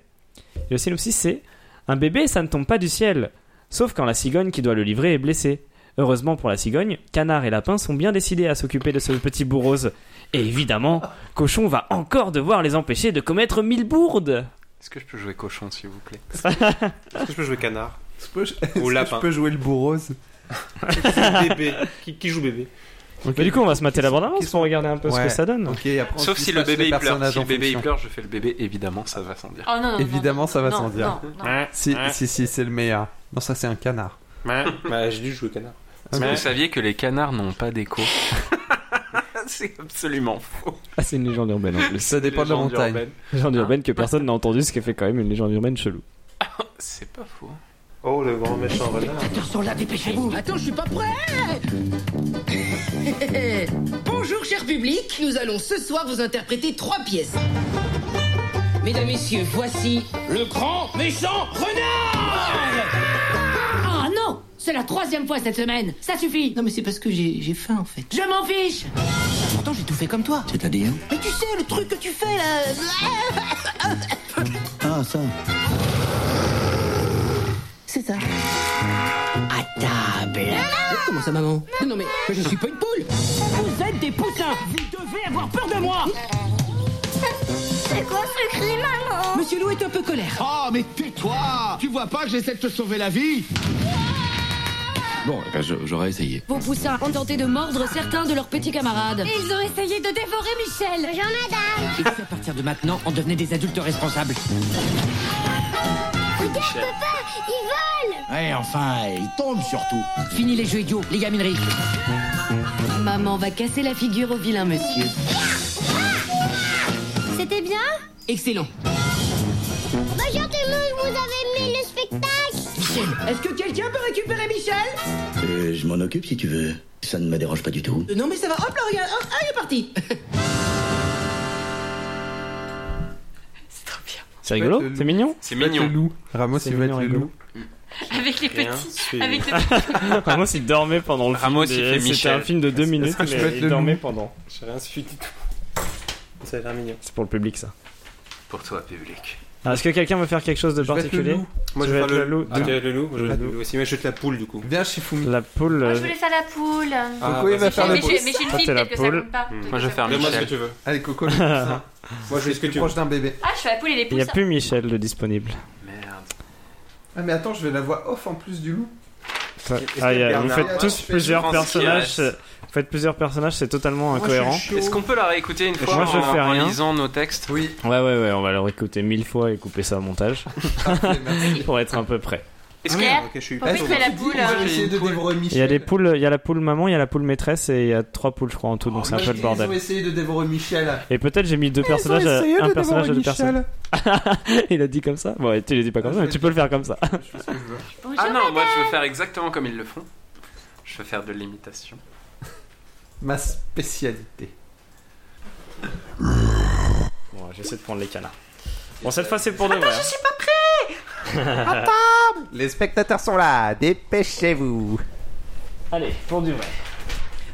S1: Et le synopsis, c'est Un bébé, ça ne tombe pas du ciel. Sauf quand la cigogne qui doit le livrer est blessée. Heureusement pour la cigogne, Canard et Lapin sont bien décidés à s'occuper de ce petit bourrose. Et évidemment, Cochon va encore devoir les empêcher de commettre mille bourdes.
S5: Est-ce que je peux jouer cochon, s'il vous plaît
S6: Est-ce que je peux jouer canard
S2: Est-ce que je- est-ce que
S6: lapin.
S2: je peux jouer le bourrose
S6: Bébé. Qui, qui joue bébé
S1: Mais du coup, on va se mater la bande-annonce
S2: Qu'est-ce
S1: pour regarder un peu ce
S2: Ouais.
S1: que ça donne.
S2: Ok, après, on
S5: Sauf si
S2: se
S5: le
S2: passe les
S5: bébé il pleure.
S2: personnages
S5: Si le
S2: en
S5: bébé il
S2: fonction.
S5: pleure, je fais le bébé, évidemment, ça va sans dire.
S4: Oh non, non, non,
S2: Évidemment,
S4: non,
S2: ça va
S4: non,
S2: sans dire.
S4: non, non.
S2: Si, si, si, c'est le meilleur. Non, ça c'est un canard.
S6: Bah, j'ai dû jouer canard.
S5: Est-ce que
S6: Ouais.
S5: vous saviez que les canards n'ont pas d'écho C'est absolument faux.
S1: Ah, c'est une légende urbaine en plus.
S2: Ça dépend de la
S6: Légende
S2: montagne.
S6: urbaine.
S1: Légende urbaine que personne n'a entendu, ce qui fait quand même une légende urbaine chelou.
S5: C'est pas faux.
S6: Oh, le grand méchant renard.
S7: Attends, je suis pas prêt Bonjour, cher public. Nous allons ce soir vous interpréter trois pièces. Mesdames, messieurs, voici le grand méchant renard
S8: Ah non C'est la troisième fois cette semaine Ça suffit
S7: Non, mais c'est parce que j'ai j'ai faim, en fait.
S8: Je m'en fiche
S7: Pourtant, j'ai tout fait comme toi.
S9: C'est-à-dire
S7: Mais tu sais, le truc que tu fais, là...
S9: Ah, ça.
S7: C'est ça. À table. Comment ça, maman Non, mais je suis pas une poule. Ah. Vous êtes des poussins. Vous devez avoir peur de moi.
S10: C'est quoi ce cri, maman
S7: Monsieur Lou est un peu colère.
S9: Ah, mais tais-toi Tu vois pas que j'essaie de te sauver la vie Bon, eh ben, je- j'aurais essayé.
S8: Vos poussins ont tenté de mordre certains de leurs petits camarades.
S10: Ils ont essayé de dévorer Michel. Bonjour, madame.
S7: Et puis, à partir de maintenant, on devenait des adultes responsables.
S10: Regarde, papa, ils volent.
S9: Ouais, enfin, il tombe surtout.
S7: Fini les jeux idiots, les gamineries.
S8: Maman va casser la figure au vilain monsieur.
S10: C'était bien
S7: Excellent.
S10: Bonjour, tout le monde, vous avez aimé le spectacle
S7: Est-ce que quelqu'un peut récupérer Michel
S9: Euh, je m'en occupe si tu veux. Ça ne me dérange pas du tout.
S7: Euh, Non, mais ça va. Hop là, regarde. Hop, ah, il est parti.
S4: C'est trop bien.
S1: C'est rigolo
S2: le-
S1: C'est mignon
S5: C'est
S2: Le
S5: mignon.
S2: loup. Ramos,
S1: C'est
S2: il va
S1: mignon,
S2: être le
S1: rigolo.
S2: loup.
S4: Avec les
S6: Rien
S4: petits.
S6: suit.
S4: Avec les petits.
S1: Ramos, il Ah, dormait pendant le
S5: Ramos, il
S1: film.
S5: fait
S1: Et C'était
S5: Michel.
S1: un film de deux minutes,
S2: que je peux
S1: mais
S2: être
S1: il
S2: le
S1: dormait
S2: loup
S1: pendant.
S6: J'ai rien suivi du tout. Ça a l'air mignon.
S1: C'est pour le public, ça.
S5: Pour toi, public.
S1: Alors, Est-ce que quelqu'un veut faire quelque chose de
S2: Je vais être le
S1: particulier
S2: loup.
S1: Tu vas
S6: vais
S1: être
S6: faire
S1: le loup.
S6: Ah, tu vas être le loup. Je vais être
S2: Le
S6: le loup aussi. Moi, je vais être la poule du coup.
S2: Viens, Shifumi.
S1: La poule.
S4: Moi,
S1: euh,
S4: Ah, je voulais faire la poule.
S6: Ah,
S2: Coco, il va
S6: vas-y.
S2: faire
S4: mais
S2: le
S4: j'ai
S2: bourrose.
S4: mais j'ai une
S1: Ah,
S4: fille,
S1: t'es la
S4: peut-être que ça
S1: poule.
S4: compte pas. Peut-être
S5: Moi, je
S4: que ça
S5: vais faire
S4: compte
S6: Demande
S4: pas.
S6: ce que
S5: Michel.
S6: tu veux.
S2: Allez, Coco, le poussin.
S6: Moi, je fais ce que
S2: Plus
S6: tu veux.
S2: proche d'un bébé.
S4: Ah, je fais la poule et les
S1: Il n'y a
S4: poussins.
S1: plus Michel de disponible.
S5: Merde.
S2: Ah, mais attends, je vais la voix off en plus du loup.
S6: que
S1: Ah, il y a- vous
S6: Bernard-
S1: faites tous
S2: Je fais
S1: plusieurs
S5: France
S1: personnages.
S5: qui reste.
S1: euh, Vous faites plusieurs personnages, c'est totalement incohérent.
S5: Est-ce qu'on peut la réécouter une fois
S1: Moi, je
S5: en,
S1: fais
S5: en
S1: rien.
S5: lisant nos textes
S2: Oui,
S1: Ouais, ouais, ouais, on va le réécouter mille fois et couper ça au montage
S2: parfait, merci.
S1: pour être un peu près.
S5: Est-ce
S4: Ah merde.
S5: que
S6: Ok, je suis
S4: Pourquoi
S2: Ah, Est-ce
S4: tu
S2: que
S4: fais la
S2: tu dis
S4: poule
S2: que je vais
S5: j'ai
S4: euh,
S2: essayer
S5: une
S2: de
S5: poule.
S2: dévorer Michel
S1: Il y a des poules, il y a la poule maman, il y a la poule maîtresse et il y a trois poules, je crois, en tout, donc c'est un peu le
S2: Ils
S1: bordel.
S2: ont essayé de dévorer Michel.
S1: Et peut-être j'ai mis deux personnages, à- un personnage à deux personnes. il a dit comme ça Bon, tu l'as dit pas comme
S2: Ah,
S1: ça,
S2: je
S1: mais
S2: l'ai
S1: tu peux le faire comme ça.
S4: Bonjour,
S5: Ah non, moi, je veux faire exactement comme ils le font. Je veux faire de l'imitation.
S2: Ma spécialité.
S1: Bon, j'essaie de prendre les canards. Bon, cette fois c'est pour de vrai. hein.
S2: Les spectateurs sont là, dépêchez-vous.
S1: Allez, pour du vrai.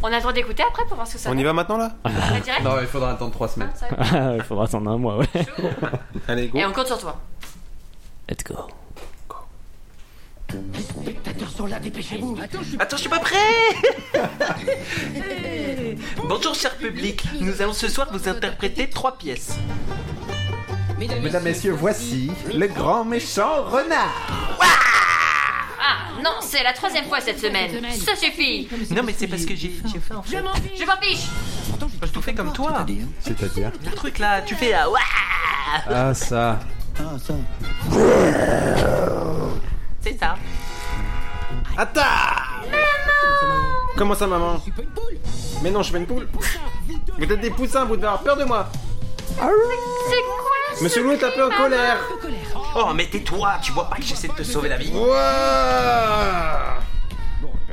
S4: On a le droit d'écouter après pour voir ce que ça
S6: On y va maintenant là
S4: donne. On va direct.
S2: Non, il faudra attendre 3 semaines.
S4: Hein, ça va.
S1: Il faudra attendre un mois, ouais.
S6: Allez, go.
S4: Et on compte sur toi.
S1: Let's go.
S5: Attends, je suis pas prêt Bonjour, cher public. Nous allons ce soir vous interpréter trois pièces.
S2: Mesdames, messieurs, voici le grand méchant renard.
S4: Ah non, c'est la troisième fois cette semaine. Ça suffit.
S5: Non, mais c'est parce que j'ai j'ai faim.
S8: Je m'en fiche
S4: Je m'en fiche.
S5: Je tout fais comme toi.
S2: C'est-à-dire
S5: Le truc là, tu fais ah, ouais.
S2: Ah, ça.
S9: Ah, ça.
S5: C'est ça.
S6: Comment ça, maman
S7: Je suis pas une poule.
S6: Mais non, je suis pas une poule. Vous êtes des poussins, vous devez avoir peur de moi.
S4: C'est quoi
S6: Monsieur Loup est un peu en colère.
S5: Oh, mais tais-toi, tu vois pas que j'essaie de te sauver la vie
S6: Ouah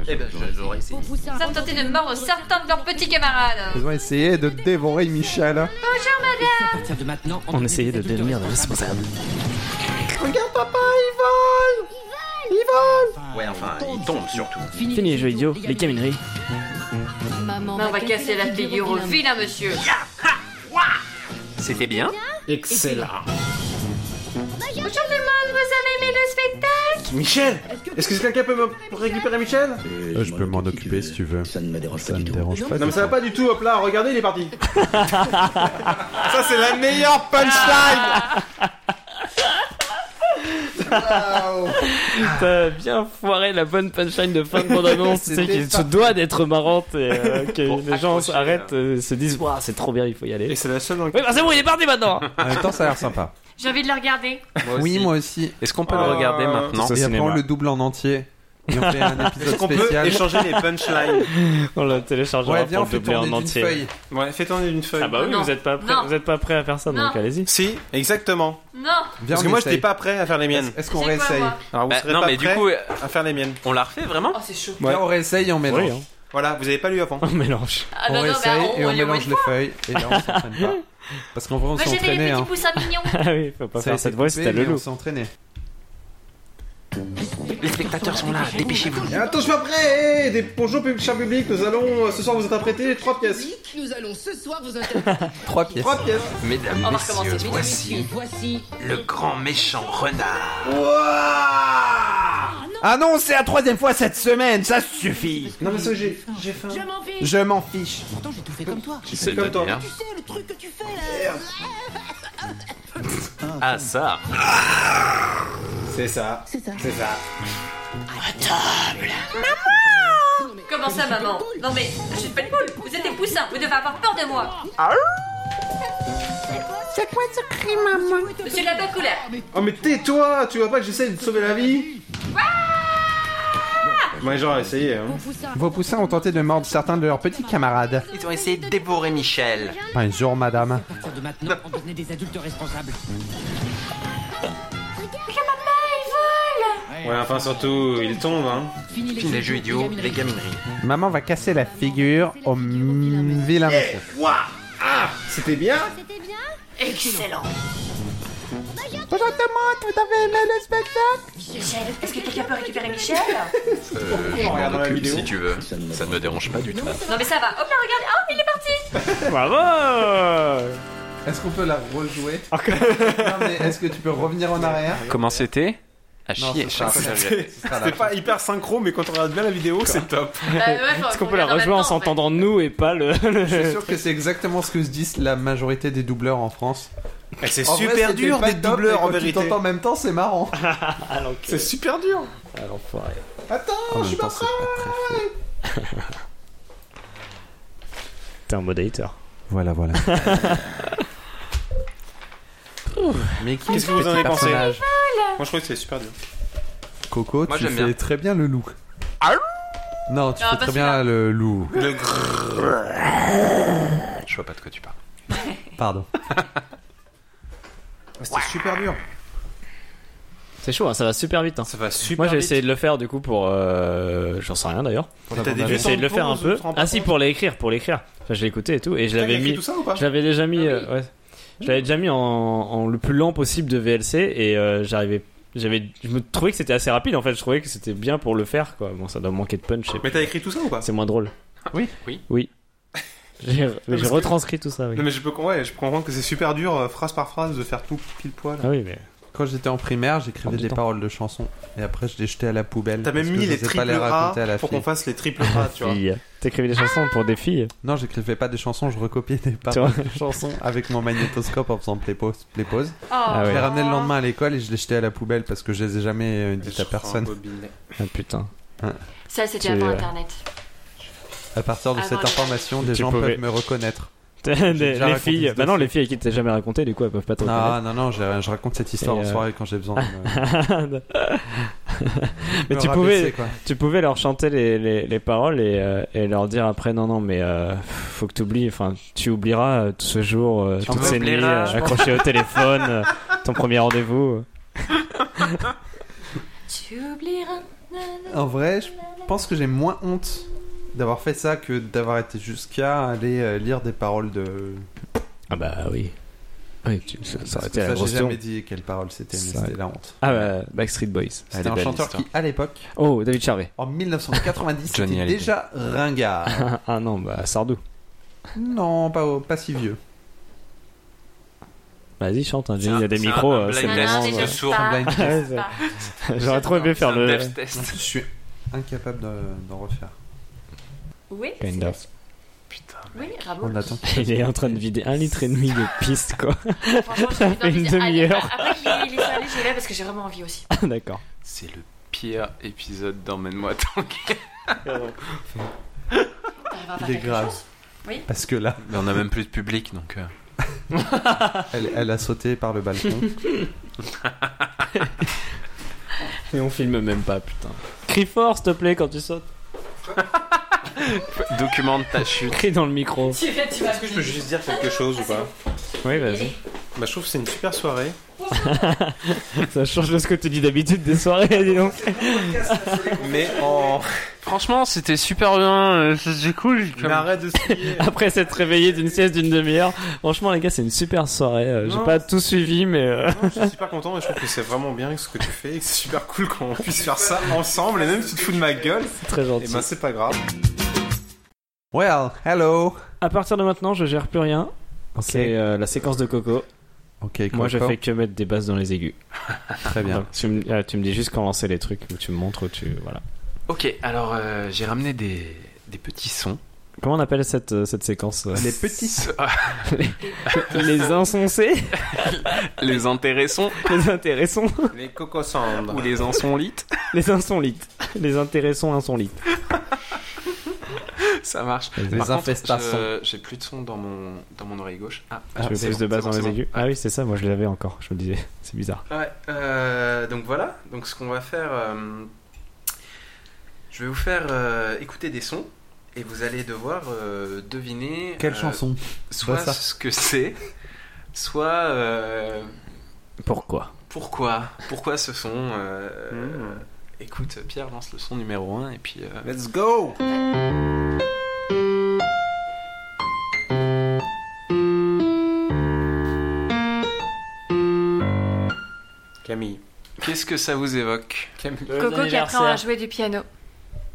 S5: Eh ben, je- j'aurais essayé.
S4: Ils ont tenté de mordre certains de leurs petits camarades.
S2: Ils ont essayé de dévorer Michel.
S4: Bonjour madame.
S7: À partir de maintenant,
S1: On essayait de devenir responsable.
S2: Regarde papa, il vole Il vole
S5: Ouais, enfin, il tombe surtout.
S1: Fini les jeux idiots, les camineries.
S8: Maman
S4: On va casser la figure au vilain monsieur.
S5: C'était bien
S6: Excellent.
S10: Bonjour, Bonjour tout le monde, vous avez aimé le spectacle
S6: Michel Est-ce que quelqu'un peut me récupérer Michel
S2: Euh, je peux m'en occuper si tu veux. Ça ne me dérange pas.
S6: Non mais ça va pas du tout, hop là, regardez, il est parti. ça c'est la meilleure punchline.
S1: T'as bien foiré la bonne punchline de fin de bande-annonce, tu sais,
S6: C'était
S1: qui
S6: ça.
S1: se doit d'être marrante et euh, que
S6: Pour
S1: les gens
S6: accrocher,
S1: arrêtent euh, et se disent Waouh, c'est trop bien, il faut y aller. Et
S6: c'est la seule
S1: Oui, bah c'est bon, il est parti maintenant
S2: En même temps, ça a l'air sympa.
S4: J'ai envie de le regarder.
S2: Oui, moi aussi.
S5: Est-ce qu'on peut le regarder maintenant
S2: Et après, on le double en entier. Et on fait un
S6: Est-ce
S2: épisode
S6: qu'on peut
S2: spécial.
S6: échanger les punchlines
S1: On le téléchargera
S2: Ouais, viens, on
S1: pour le
S2: fait
S1: doubler
S2: tourner
S1: en
S2: d'une
S1: entier.
S2: feuille.
S6: Ouais, fais tourner une feuille.
S1: Ah bah oui,
S4: Non.
S1: vous êtes pas prêt,
S4: Non.
S1: vous êtes pas prêt à faire ça, donc
S4: Non.
S1: allez-y.
S6: Si, exactement.
S4: Non
S2: Viens,
S6: Parce que
S2: on
S6: moi,
S2: essaye.
S6: j'étais pas prêt à faire les miennes.
S2: Est-ce qu'on
S4: C'est quoi,
S2: réessaye
S4: moi
S6: Alors, vous
S5: Bah,
S6: serez
S5: non,
S6: pas
S5: mais du
S6: prêts
S5: coup, euh,
S6: à faire les miennes.
S5: on la refait vraiment
S4: Oh, c'est chaud.
S6: Ouais.
S2: Viens, on réessaye et on mélange.
S1: Oui, hein.
S6: Voilà, vous avez pas lu avant.
S1: on mélange.
S4: Ah
S2: on
S4: non, non, mais
S2: réessaye et on
S4: on, on,
S2: mélange les feuilles. Et là, on s'entraîne pas. Parce qu'en vrai, on
S4: Moi
S2: s'est
S4: j'ai des
S2: entraîné. Hein.
S4: petits poussins mignons.
S1: Ah oui, faut pas
S2: Ça a
S1: faire
S2: été
S1: cette voix si
S2: coupé,
S1: t'as
S2: mais
S1: le
S2: On
S1: loup.
S2: s'est entraîné.
S5: Les spectateurs sont là, dépêchez-vous.
S6: Et Attends, je suis pas prêt eh, des... Bonjour, pub- cher public, nous allons... euh, Ce soir, vous êtes apprêtés trois pièces.
S7: Public, Nous allons ce soir vous interpréter.
S2: Trois pièces.
S6: Trois pièces.
S5: Mesdames,
S4: On va recommencer.
S5: messieurs,
S4: Mesdames,
S5: voici
S7: voici.
S5: le grand méchant renard.
S2: Ouah Ah non, c'est la troisième fois cette semaine, ça suffit.
S6: Non, mais ça, j'ai j'ai faim.
S8: Je m'en fiche
S2: Je m'en fiche.
S7: Pourtant, j'ai tout fait comme toi.
S6: C'est comme toi.
S7: Tu sais, le truc que tu fais là.
S5: Ah ça
S6: C'est ça.
S7: C'est ça.
S6: C'est ça.
S4: Comment ça, maman Non, mais je suis pas une poule. Vous êtes des poussins. Vous devez avoir peur de moi.
S10: C'est quoi ce cri, maman
S4: Monsieur la Bacouleur.
S6: Oh mais tais-toi Tu vois pas que j'essaye de sauver la vie Moi j'aurais essayé hein.
S2: Vos poussins ont tenté de mordre certains de leurs petits camarades.
S5: Ils ont essayé de dévorer Michel.
S2: Bonjour, madame.
S7: À partir de maintenant, on devenait des adultes responsables.
S6: Ouais enfin surtout il tombe hein.
S7: Fini les,
S5: Les jeux idiots, les gamineries.
S2: Maman va casser la figure au m- vilain monsieur.
S6: Ouah Ah C'était bien
S10: C'était bien
S4: Excellent.
S2: Bonjour tout le monde, vous avez aimé le spectacle
S4: Michel, est-ce que quelqu'un peut récupérer Michel
S5: Euh,
S6: On regarde dans la vidéo.
S5: si tu veux, ça ne me dérange pas du tout.
S4: Non, mais ça va. Hop là, regarde. Oh, il est parti.
S1: Bravo
S2: Est-ce qu'on peut la rejouer Non mais est-ce que tu peux revenir en arrière
S5: Comment c'était À
S2: Non,
S5: chier.
S2: ce sera-
S5: Ah,
S2: ce
S5: c'est-
S2: sera la
S6: C'était pas hyper synchro mais quand on regarde bien la vidéo c'est top.
S4: Bah,
S1: Est-ce qu'on peut la rejouer en s'entendant nous et pas le.
S2: Je suis sûr que c'est exactement ce que se disent la majorité des doubleurs en France.
S6: Eh, c'est
S2: En vrai,
S6: super
S2: c'était
S6: dur
S2: pas
S6: des
S2: top, mais
S6: doubleurs
S2: quand
S6: en
S2: Tu
S6: vérité.
S2: t'entends en même temps, c'est marrant.
S1: Alors que.
S6: C'est super dur
S1: Ah, l'enfoiré.
S6: Attends
S2: En
S6: je suis
S2: même
S6: pas
S2: temps, c'est
S6: prêt
S2: pas très fou.
S1: T'es un modérateur.
S2: Voilà, voilà. Mais qui
S6: Qu'est-ce
S2: est
S6: que
S2: ce
S6: vous en
S2: petit
S6: avez pensé
S2: personnage
S6: Moi je trouve que c'est super dur.
S2: Coco,
S5: Moi,
S2: tu
S5: j'aime
S2: fais
S5: bien.
S2: très bien le loup. Non, tu
S4: Non,
S2: fais
S4: pas
S2: très bien le loup.
S6: Le grrr.
S5: Je vois pas de quoi tu parles.
S2: Pardon.
S6: C'était super dur.
S1: C'est chaud, hein, ça va super vite. hein.
S6: Ça va super
S1: Moi j'ai essayé de le faire du coup pour. euh, J'en sais rien d'ailleurs.
S6: T'as des
S1: J'ai essayé de le faire un peu. Ah si, pour l'écrire, pour l'écrire. Enfin, je l'ai écouté et tout, et je l'avais mis.
S6: tout ça ou pas
S1: Je l'avais déjà
S6: Ah
S1: mis, euh, ouais. Je l'avais déjà mis en, en le plus lent possible de VLC et euh, j'arrivais, j'avais, je me trouvais que c'était assez rapide en fait. Je trouvais que c'était bien pour le faire quoi. Bon, ça doit manquer de punch. et-
S6: Mais t'as écrit tout ça ou pas
S1: C'est moins drôle.
S2: Oui.
S5: Oui.
S1: Oui. J'ai j'ai
S6: parce que-
S1: retranscrit tout ça. Oui.
S6: Non mais je peux ouais, je peux comprendre que c'est super dur euh, phrase par phrase de faire tout pile poil.
S1: Ah oui, mais
S2: Quand j'étais en primaire, j'écrivais
S1: Prends du
S2: des
S1: temps.
S2: paroles de chansons et après je les jetais à la poubelle.
S6: T'as même
S2: parce que
S6: mis
S2: je
S6: les
S2: osais
S6: triples
S2: pas les
S6: A
S2: raconter à la
S6: pour
S2: fille.
S6: qu'on fasse les triples A, tu vois. Ah.
S1: fille. T'écrivais des chansons pour des filles.
S2: Non, j'écrivais pas des chansons, je recopiais des
S1: Tu vois
S2: paroles de chansons avec mon magnétoscope en faisant play pause. Play pause.
S1: Ah
S2: Je
S1: ouais.
S2: les ramenais le lendemain à l'école et je les jetais à la poubelle parce que je les ai jamais euh, dites à personne.
S1: Ah putain.
S4: Ça, c'était
S1: Tu-
S4: avant internet.
S2: À partir de
S4: Avant
S2: cette
S4: les-
S2: information, les
S1: Tu
S2: gens
S1: pouvais-
S2: peuvent me reconnaître.
S1: Les,
S2: déjà
S1: les
S2: raconté
S1: filles.
S2: cette
S1: Bah non,
S2: affaire.
S1: les filles à qui t'as jamais raconté, du coup, elles peuvent pas te
S2: Non, non, non, je, je raconte cette histoire
S1: Et,
S2: en
S1: euh,
S2: soirée quand j'ai besoin. De me-
S1: reconnaître. Mais
S2: me
S1: tu
S2: rabaisser,
S1: pouvais,
S2: quoi.
S1: tu pouvais leur chanter les, les, les paroles et, euh, et leur dire après non non mais euh, faut que t'oublies enfin tu oublieras euh, tout ce jour euh, toutes ces nuits
S5: m'oublieras,
S1: euh,
S5: je
S1: accroché au téléphone euh, ton premier rendez-vous
S4: Tu oublieras.
S2: En vrai, je pense que j'ai moins honte d'avoir fait ça que d'avoir été jusqu'à aller euh, lire des paroles de.
S1: ah bah oui oui tu- ça, ça aurait
S2: Parce que
S1: été la
S2: ça,
S1: grosse
S2: j'ai
S1: tombe
S2: jamais dit quelles paroles c'était, mais
S1: Ça-
S2: c'était la honte.
S1: ah bah Backstreet Boys Elle
S2: C'était
S1: est
S2: un
S1: belle,
S2: chanteur
S1: l'histoire.
S2: qui, à l'époque,
S1: oh David Charvet
S2: en 1990,
S5: Johnny
S2: était
S5: Hallyday.
S2: déjà ringard.
S1: ah, ah non bah Sardou
S2: non, pas, pas si vieux.
S1: Vas-y, chante, hein, Jimmy, il y a des
S5: c'est
S1: micros.
S5: un
S1: euh,
S5: blind
S1: c'est le
S5: test
S1: moment,
S5: de
S1: ouais.
S5: sourds. C'est un blind
S1: Ouais,
S5: test.
S1: c'est- J'aurais trop aimé faire le.
S2: Je suis incapable de- d'en refaire.
S4: Oui,
S1: Kind of.
S4: oui, bravo.
S2: On attend.
S1: Il est en train de vider un litre et demi de piste, quoi. Ça
S4: J'ai
S1: fait une
S4: envie de- Allez,
S1: demi-heure.
S4: Après, il est- il est salé, je l'ai parce que j'ai vraiment envie aussi.
S1: Ah, D'accord.
S5: C'est le pire épisode d'Emmène-moi Tanguy.
S4: T'arriveras à faire
S2: Il est
S4: quelque
S2: grave.
S4: chose Oui.
S2: Parce que là.
S5: Mais on a même plus de public donc. euh.
S2: elle, elle a sauté par le balcon.
S1: Et on filme même pas, putain. Crie fort, s'il te plaît, quand tu sautes.
S5: Documente ta chute.
S1: Crie dans le micro.
S4: Tu fais, tu vas.
S6: Est-ce que je peux juste dire quelque chose ou pas
S1: Oui, vas-y.
S6: Bah, je trouve que c'est une super soirée.
S1: Ça change de ce que tu dis d'habitude des soirées, dis donc.
S6: Mais en.
S5: Franchement, c'était super bien. euh, C'était cool.
S6: Mais arrête de skier.
S1: Après s'être réveillé d'une sieste d'une demi-heure, franchement, les gars, c'est une super soirée. Euh, J'ai
S6: Non.
S1: pas tout suivi, mais. euh,
S6: Non, je suis super content et je trouve que c'est vraiment bien ce que tu fais et que c'est super cool qu'on puisse faire ça ensemble et même si tu te fous de ma gueule,
S1: c'est très
S6: et
S2: eh
S1: gentil.
S6: ben c'est pas grave.
S2: Well, hello.
S1: À partir de maintenant, je gère plus rien.
S2: Ok.
S1: C'est euh, la séquence de Coco.
S2: Ok,
S1: Moi, je
S2: Coco.
S1: fais que mettre des basses dans les aigus.
S2: Très bien.
S1: Donc, tu, me, euh, tu me dis juste quand lancer les trucs, ou tu me montres, ou tu. Voilà.
S5: Ok, alors euh, j'ai ramené des, des petits sons.
S1: Comment on appelle cette, euh, cette séquence euh,
S2: Les petits.
S5: Ah,
S1: Les insensés
S5: les intéressants
S1: Les intéressants
S6: Les cocosandres.
S5: ou les insolites.
S1: Les insolites Les intéressants insolites.
S5: Ça marche.
S2: Les
S5: Par contre,
S2: infestations.
S5: je- J'ai plus de son dans mon, dans mon oreille gauche. Ah,
S1: Je veux
S5: c'est
S1: plus
S5: bon,
S1: de
S5: c'est
S1: basses
S5: bon,
S1: dans
S5: c'est
S1: les
S5: bon.
S1: aigus. Ah oui, c'est ça, moi je l'avais encore, je me le disais. C'est bizarre.
S5: Ouais, euh, donc voilà, donc ce qu'on va faire, euh, je vais vous faire euh, écouter des sons et vous allez devoir euh, deviner
S2: Quelle
S5: euh,
S2: chanson
S5: soit
S2: Bah, ça.
S5: ce que c'est, soit euh,
S1: Pourquoi
S5: pourquoi, pourquoi ce son. euh,
S6: Mmh.
S5: Écoute, Pierre lance le son numéro 1 et puis euh,
S6: Let's go Camille.
S5: qu'est-ce que ça vous évoque
S4: Coco qui apprend à jouer du piano.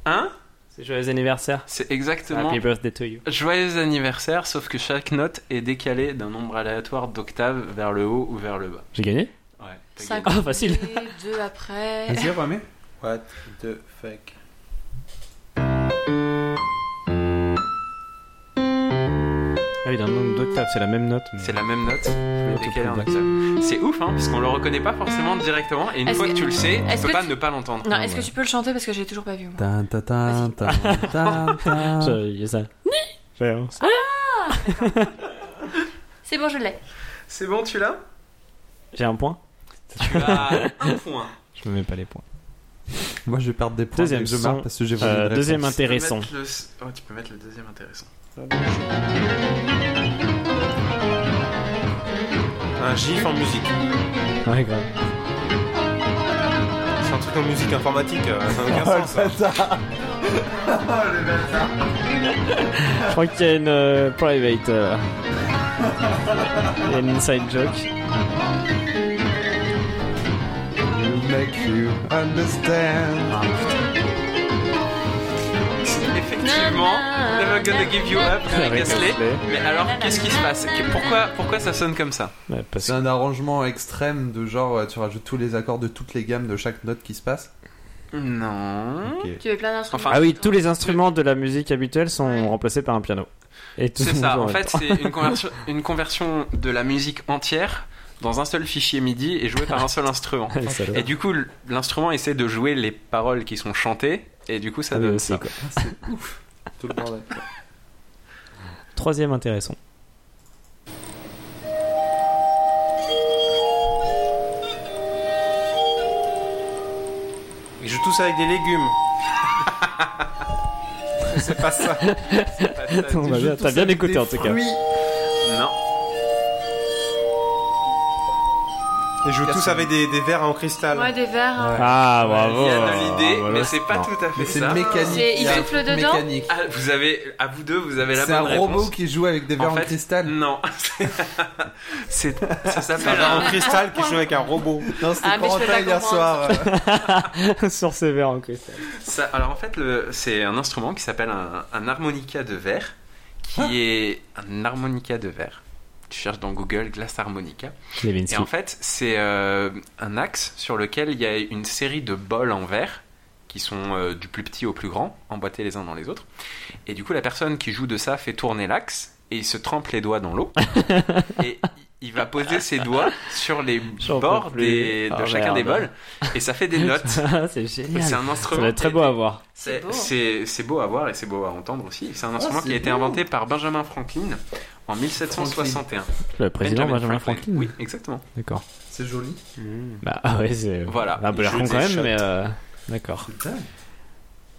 S5: Hein
S1: C'est joyeux anniversaire.
S5: C'est exactement
S1: Happy birthday to you.
S5: Joyeux anniversaire, sauf que chaque note est décalée d'un nombre aléatoire d'octaves vers le haut ou vers le bas.
S1: J'ai gagné
S5: Ouais, t'as
S4: Cinq
S5: gagné.
S1: Ah, facile.
S4: minutes, Deux après.
S2: Vas-y, remets.
S6: What the fuck
S1: Ah oui, d'un nombre d'octaves, c'est la même note. mais-
S5: C'est la même note, mais
S1: note
S5: décalée
S1: au
S5: en
S1: plus bas.
S5: octave. C'est ouf, hein, parce qu'on le reconnaît pas forcément directement, et une
S4: Est-ce
S5: fois
S4: que-
S5: que, tu le sais, tu
S4: est-ce
S5: peux
S4: que
S5: pas
S4: tu-
S5: ne pas l'entendre.
S4: Non, est-ce que tu peux le chanter parce que j'ai toujours pas vu moi.
S2: Tan, ta, tan, tan, tan, tan.
S1: Joyeux ça. Ah,
S4: C'est bon, je l'ai.
S5: C'est bon, tu l'as
S1: J'ai un point
S5: Tu as un point.
S1: Je me mets pas les points.
S2: Moi, je vais perdre des points.
S1: Deuxième
S2: mais je
S1: son.
S2: marque parce que j'ai voulu.
S1: Euh,
S2: une réponse.
S1: deuxième
S5: Tu peux
S1: intéressant.
S5: mettre le- oh, tu peux mettre le deuxième intéressant.
S6: Un gif en musique.
S1: Ouais, grave.
S6: C'est un truc en musique informatique, euh, ça n'a aucun sens. ça.
S1: Je crois qu'il y a une euh, private. euh, Il y a une inside joke.
S2: You make you understand.
S5: Effectivement, Never Gonna Give You Up,
S1: Avec
S5: avec Gasly.
S1: Gasly.
S5: Mais alors, qu'est-ce qui se passe Que- Pourquoi, pourquoi ça sonne comme ça
S1: Ouais, parce
S2: C'est
S1: que
S2: un arrangement extrême de genre euh, tu rajoutes tous les accords de toutes les gammes de chaque note qui se passe.
S5: Non.
S2: Ok.
S4: Tu veux plein d'instruments.
S5: Enfin,
S1: Ah oui, tous les instruments de la musique habituelle sont remplacés par un piano. Et tout
S5: C'est
S1: le
S5: ça,
S1: monde
S5: en
S1: joue même
S5: fait, c'est une conversion, une conversion de la musique entière dans un seul fichier MIDI et jouée par un seul instrument.
S1: temps. Ça doit-
S5: Et du coup, l- l'instrument essaie de jouer les paroles qui sont chantées, et du coup, ça
S1: Ah oui,
S5: donne
S1: aussi,
S5: ça.
S1: quoi.
S6: Tout le bordel.
S1: Troisième intéressant.
S6: Ils jouent tous avec des légumes. c'est pas ça.
S1: On va bien- T'as bien écouté en tout cas.
S5: Non,
S6: Ils jouent tous avec des, des verres en cristal.
S4: Ouais, des hein. verres.
S1: Ah bravo. Ah,
S5: il y a de l'idée,
S1: Voilà,
S5: mais c'est pas
S1: non.
S5: tout à fait
S2: Oh, Mais c'est
S5: ça.
S2: mécanique.
S4: C'est-
S2: il
S4: il
S2: y a un
S4: souffle
S2: truc
S4: dedans
S2: mécanique.
S5: Ah, vous avez, à vous deux, vous avez la
S2: C'est
S5: bonne
S2: un
S5: réponse.
S2: robot qui joue avec des verres
S5: En
S2: en,
S5: fait,
S2: cristal.
S5: Non, c'est ça
S6: Un
S5: s'appelle
S6: verre en
S5: un...
S6: cristal qui joue avec un robot.
S2: Non, c'était
S4: Ah, mais je peux
S2: Corentin
S4: pas
S2: hier
S4: comprendre.
S2: soir. euh.
S1: Sur ces verres en cristal.
S5: ça- alors en fait, le- c'est un instrument
S2: Ah.
S5: qui s'appelle un, un harmonica de verre, qui est un harmonica de verre. Tu cherches dans Google glace harmonica.
S1: Levinsky.
S5: Et en fait, c'est euh, un axe sur lequel il y a une série de bols en verre qui sont euh, du plus petit au plus grand, emboîtés les uns dans les autres. Et du coup, la personne qui joue de ça fait tourner l'axe et il se trempe les doigts dans l'eau. et il va poser ses doigts sur les
S1: J'en peux
S5: bords
S1: plus.
S5: des- de
S1: Oh,
S5: chacun des
S1: merde.
S5: bols et ça fait des notes.
S1: c'est génial.
S5: C'est un
S1: Ça
S5: instrument.
S1: va être très
S5: qui
S1: beau
S5: a
S1: à
S5: été-
S1: voir.
S5: C'est
S1: beau.
S4: hein.
S1: Ah,
S5: c'est- c'est beau à voir et c'est beau à entendre aussi. C'est un instrument
S1: c'est
S5: qui a été
S1: beau.
S5: inventé par Benjamin Franklin en 1761.
S1: Le président Benjamin Franklin. hein.
S5: Oui, exactement.
S1: D'accord.
S2: C'est joli.
S1: Bah ah ouais, c'est.
S5: Voilà.
S1: Un peu l'air
S5: Je
S1: con quand même,
S5: déchote.
S1: mais. euh, D'accord.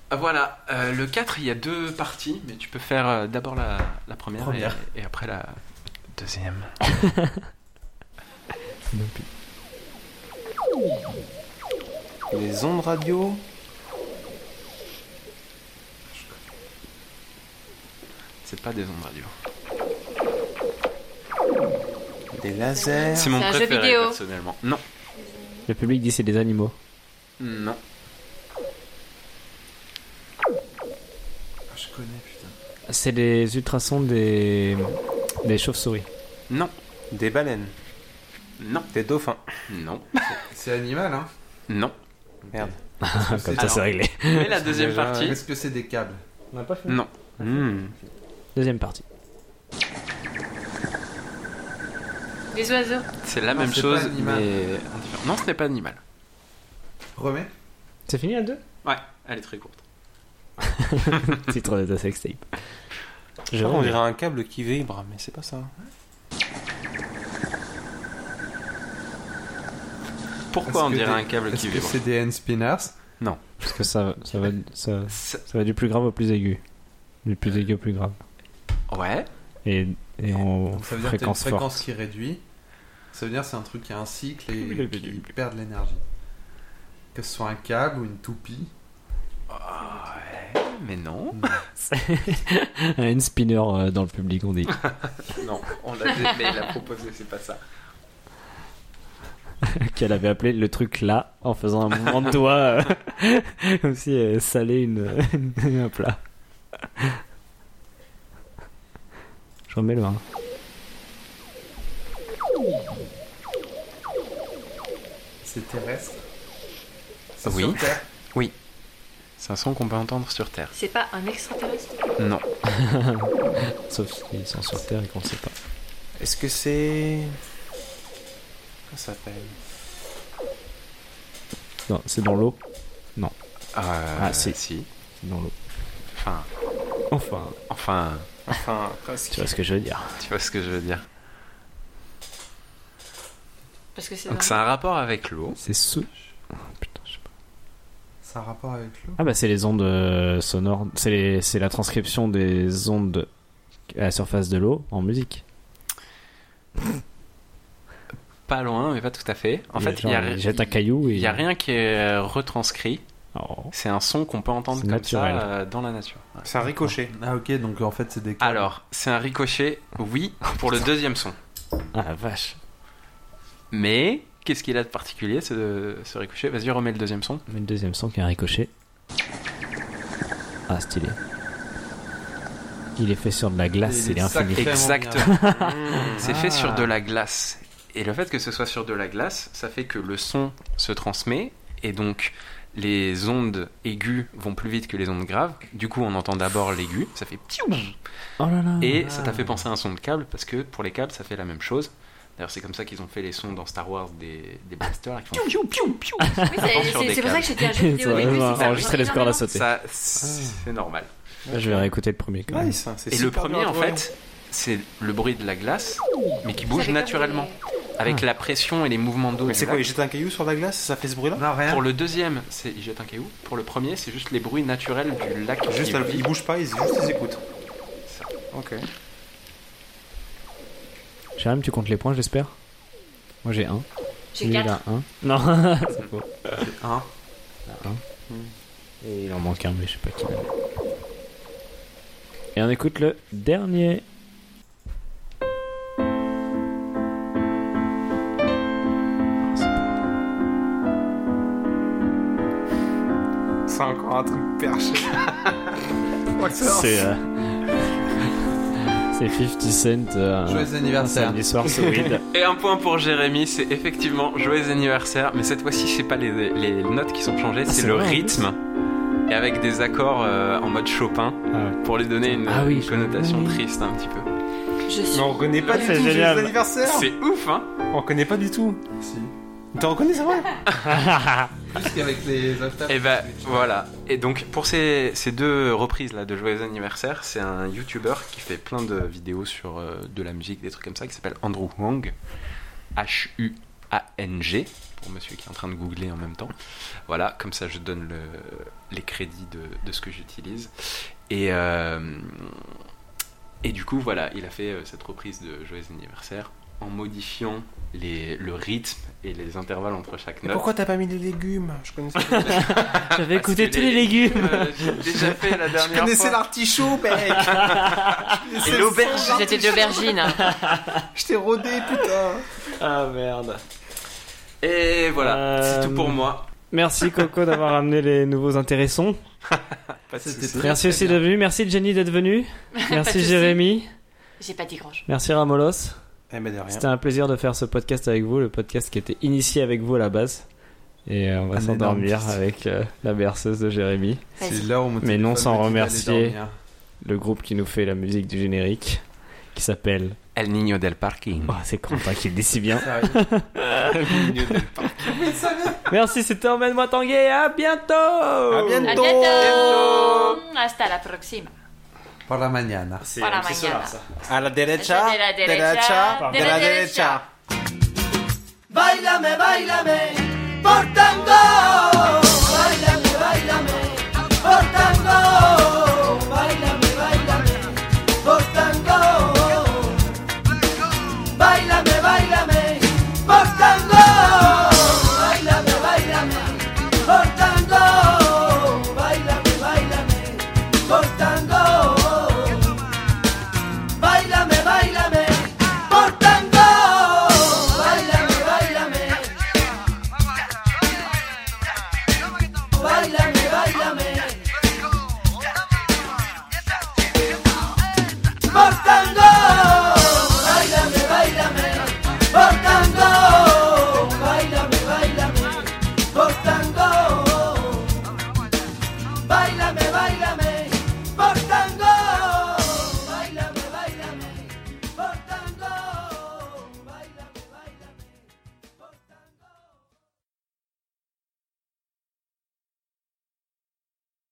S5: Ah, Voilà, euh, le 4, il y a deux parties, mais tu peux faire euh, d'abord la, la première, et-
S1: Première.
S5: Et, après la deuxième.
S6: Les ondes radio.
S5: C'est pas des ondes radio.
S6: Des lasers.
S5: C'est mon
S4: C'est un jeu
S5: préféré
S4: vidéo.
S5: personnellement. Non,
S1: Le public dit c'est des animaux.
S5: non.
S6: Je connais, putain.
S1: C'est des ultrasons des. des chauves-souris.
S5: Non.
S6: Des baleines.
S5: Non.
S6: Des dauphins.
S5: Non.
S2: C'est animal, hein
S5: Non.
S6: Merde.
S2: Ah
S1: Comme ça, c'est réglé.
S5: Mais la deuxième partie.
S2: Est-ce que c'est des câbles
S1: On n'a pas fait.
S5: Non. Hmm.
S1: Deuxième partie.
S4: Les oiseaux.
S5: C'est la
S2: Non,
S5: même
S2: c'est
S5: chose,
S2: pas animal.
S5: mais en différent. Non, ce n'est pas animal.
S2: Remets
S1: C'est fini à deux
S5: Ouais, elle est très courte.
S1: Titre de ta sextape. Je
S6: on
S1: remets.
S6: dirait un câble qui vibre, mais c'est pas ça. hein.
S5: Pourquoi on
S2: Est-ce que
S5: dirait
S2: des-
S5: un câble qui
S2: est-ce que
S5: vibre
S2: C'est des hand spinners.
S1: Parce que ça, ça, va, ça,
S5: Ça-
S1: ça va du plus grave au plus aigu. Du plus aigu au plus grave.
S5: Ouais.
S1: Et, et en
S2: Donc ça veut dire que t'as une
S1: fréquence forte.
S2: fréquence qui réduit. Ça veut dire que c'est un truc qui a un cycle et
S1: Oui,
S2: qui perd de l'énergie. Que ce soit un câble ou une toupie.
S5: Mais non.
S1: Une spinner euh, dans le public, on dit.
S5: Non, on l'a mais il a proposé, c'est pas ça.
S1: Qu'elle avait appelé le truc là, en faisant un mouvement de doigt, euh, comme si elle salait une, une- un plat. Je remets le 1.
S2: C'est terrestre. C'est
S5: Oui.
S2: sur Terre.
S5: C'est un son qu'on peut entendre sur Terre.
S4: C'est pas un extraterrestre
S5: Non.
S1: Sauf s'ils sont sur Terre et qu'on ne sait pas.
S6: Est-ce que c'est. Comment ça s'appelle
S1: Non, c'est dans l'eau.
S5: ah,
S1: si.
S5: si.
S1: C'est dans l'eau.
S5: Enfin,
S1: Enfin,
S5: enfin,
S6: Enfin,
S1: tu vois ce que je veux dire.
S5: tu vois ce que je veux dire.
S4: Parce que c'est.
S5: Donc
S4: dans-
S5: c'est un rapport avec l'eau.
S1: C'est sous. Ah, putain, je sais pas.
S2: Ça a un rapport avec l'eau.
S1: Ah bah c'est les ondes euh, sonores, c'est les- c'est la transcription des ondes à la surface de l'eau en musique.
S5: Pas loin, mais pas tout à fait. En
S1: Et
S5: fait, il
S1: genre,
S5: y a,
S1: ils jettent un caillou et
S5: il y a rien qui est euh, retranscrit.
S1: Oh.
S5: C'est un son qu'on peut entendre
S1: C'est
S5: comme
S1: naturel.
S5: ça euh, dans la nature. Ouais.
S6: c'est un ricochet.
S2: Ah ok, donc en fait c'est des câbles.
S5: Alors, c'est un ricochet, oui, pour le deuxième son.
S1: Ah la vache.
S5: Mais qu'est-ce qu'il a de particulier, ce, ce ricochet Vas-y, remets le deuxième son.
S1: Mais le deuxième son qui a un ricochet. Ah stylé. Il est fait sur de la glace,
S2: Il est
S1: il est infini.
S2: sacré. Vraiment
S5: Exactement.
S6: Ah.
S5: C'est fait sur de la glace. Et le fait que ce soit sur de la glace, ça fait que le son se transmet et donc les ondes aiguës vont plus vite que les ondes graves. Du coup, on entend d'abord l'aigu, ça fait ptiou
S1: Oh là là.
S5: et ça t'a fait penser à un son de câble parce que pour les câbles, ça fait la même chose. D'ailleurs, c'est comme ça qu'ils ont fait les sons dans Star Wars des, des blasters. là, qui font
S4: Piou, piou, piou, piou. Oui, c'est-
S5: Sur des
S4: c'est c'est pour ça
S5: câbles.
S4: que j'étais un jeu vidéo au début. c'est ça.
S1: enregistrer les scores à sauter.
S5: Ça, c'est normal.
S1: Ah, Je vais réécouter le premier quand même.
S6: Nice, hein, c'est
S5: Et le
S6: super
S5: premier,
S6: bien
S5: en
S6: trouvé.
S5: fait, c'est le bruit de la glace, mais qui
S4: Ça
S5: bouge
S4: fait
S5: naturellement, avec la pression et les mouvements d'eau.
S6: Mais
S5: de
S6: c'est quoi,
S5: la
S6: il jette un caillou sur la glace Ça fait ce bruit-là
S2: Non, rien.
S5: Pour le deuxième, c'est il jette un caillou. Pour le premier, c'est juste les bruits naturels du lac.
S6: Juste,
S5: qui
S6: la-
S5: vibre.
S6: ils bougent pas, ils juste ils écoutent. Ok.
S1: Jérém, tu comptes les points, j'espère Moi j'ai un.
S4: J'ai
S1: Lui, il
S4: 4.
S1: a un. Non,
S2: Hein
S1: Et il en manque un, mais je sais pas qui. Et on écoute le dernier.
S6: C'est encore un truc perché.
S1: C'est. euh, C'est 50 Cent. euh,
S2: Joyeux anniversaire.
S1: un samedi soir sous weed.
S5: Et un point pour Jérémy, c'est effectivement joyeux anniversaire, mais cette fois-ci, c'est pas les, les notes qui sont changées,
S1: Ah,
S5: c'est
S1: c'est
S5: le
S1: vrai, en plus.
S5: rythme. Et avec des accords euh, en mode Chopin,
S1: Ah ouais.
S5: pour lui donner une,
S1: Ah oui,
S5: une
S1: je-
S5: connotation
S1: oui, oui.
S5: triste un petit peu.
S4: Je suis.
S6: Mais on reconnaît pas du
S1: C'est
S6: tout Joyeux
S1: génial.
S6: anniversaire
S5: C'est ouf, hein
S6: On reconnaît pas du tout.
S2: Si.
S6: T'en reconnais, c'est vrai
S2: Plus qu'avec les after.
S5: Et ben voilà. Et donc pour ces, ces deux reprises là de Joyeux anniversaire, c'est un youtubeur qui fait plein de vidéos sur euh, de la musique, des trucs comme ça, qui s'appelle Andrew Wang. H-U-A-N-G. Pour monsieur qui est en train de googler en même temps. Voilà, comme ça je donne le- les crédits de, de ce que j'utilise. Et, euh, et du coup, voilà, il a fait euh, cette reprise de Joyeux anniversaire en modifiant les, le rythme et les intervalles entre chaque note.
S6: t'as pas mis les légumes Je connaissais,
S1: J'avais
S5: Parce
S1: écouté
S5: que
S1: tous les légumes.
S5: Euh, J'ai déjà fait la dernière fois.
S6: l'artichaut, mec
S5: Et l'auberge.
S4: J'étais d'aubergine.
S6: Je t'ai rodé, putain
S1: Ah merde.
S5: Et voilà,
S1: Euh,
S5: c'est tout pour moi.
S1: Merci Coco d'avoir amené les nouveaux intéressants.
S5: Pas de
S2: C'était
S5: soucis.
S2: très-
S1: Merci aussi d'être venu. Merci Jenny d'être venue. Merci
S4: souci.
S1: Jérémy.
S4: J'ai pas dit grand-chose.
S1: Merci Ramolos.
S6: Eh ben, de rien.
S1: C'était un plaisir de faire ce podcast avec vous, le podcast qui était initié avec vous à la base. Et euh, on va
S2: Un
S1: s'endormir
S2: énorme
S1: avec euh, la berceuse de Jérémy,
S2: C'est là où mon
S1: Mais non
S2: téléphone
S1: sans
S2: me dit d'aller
S1: remercier.
S2: dormir.
S1: le groupe qui nous fait la musique du générique, qui s'appelle...
S5: El Niño del Parking.
S1: Oh, c'est con, pas qu'il le dit si bien.
S5: Bisous
S1: Merci, c'était Emmène-moi Tanguay, à bientôt
S6: À bientôt.
S4: A bientôt. Hasta la próxima.
S2: Por la mañana.
S4: Para mañana.
S6: À la derecha,
S4: De la derecha, de
S6: de
S4: la
S6: la
S4: derecha.
S6: derecha.
S3: Báilame, báilame, por tango.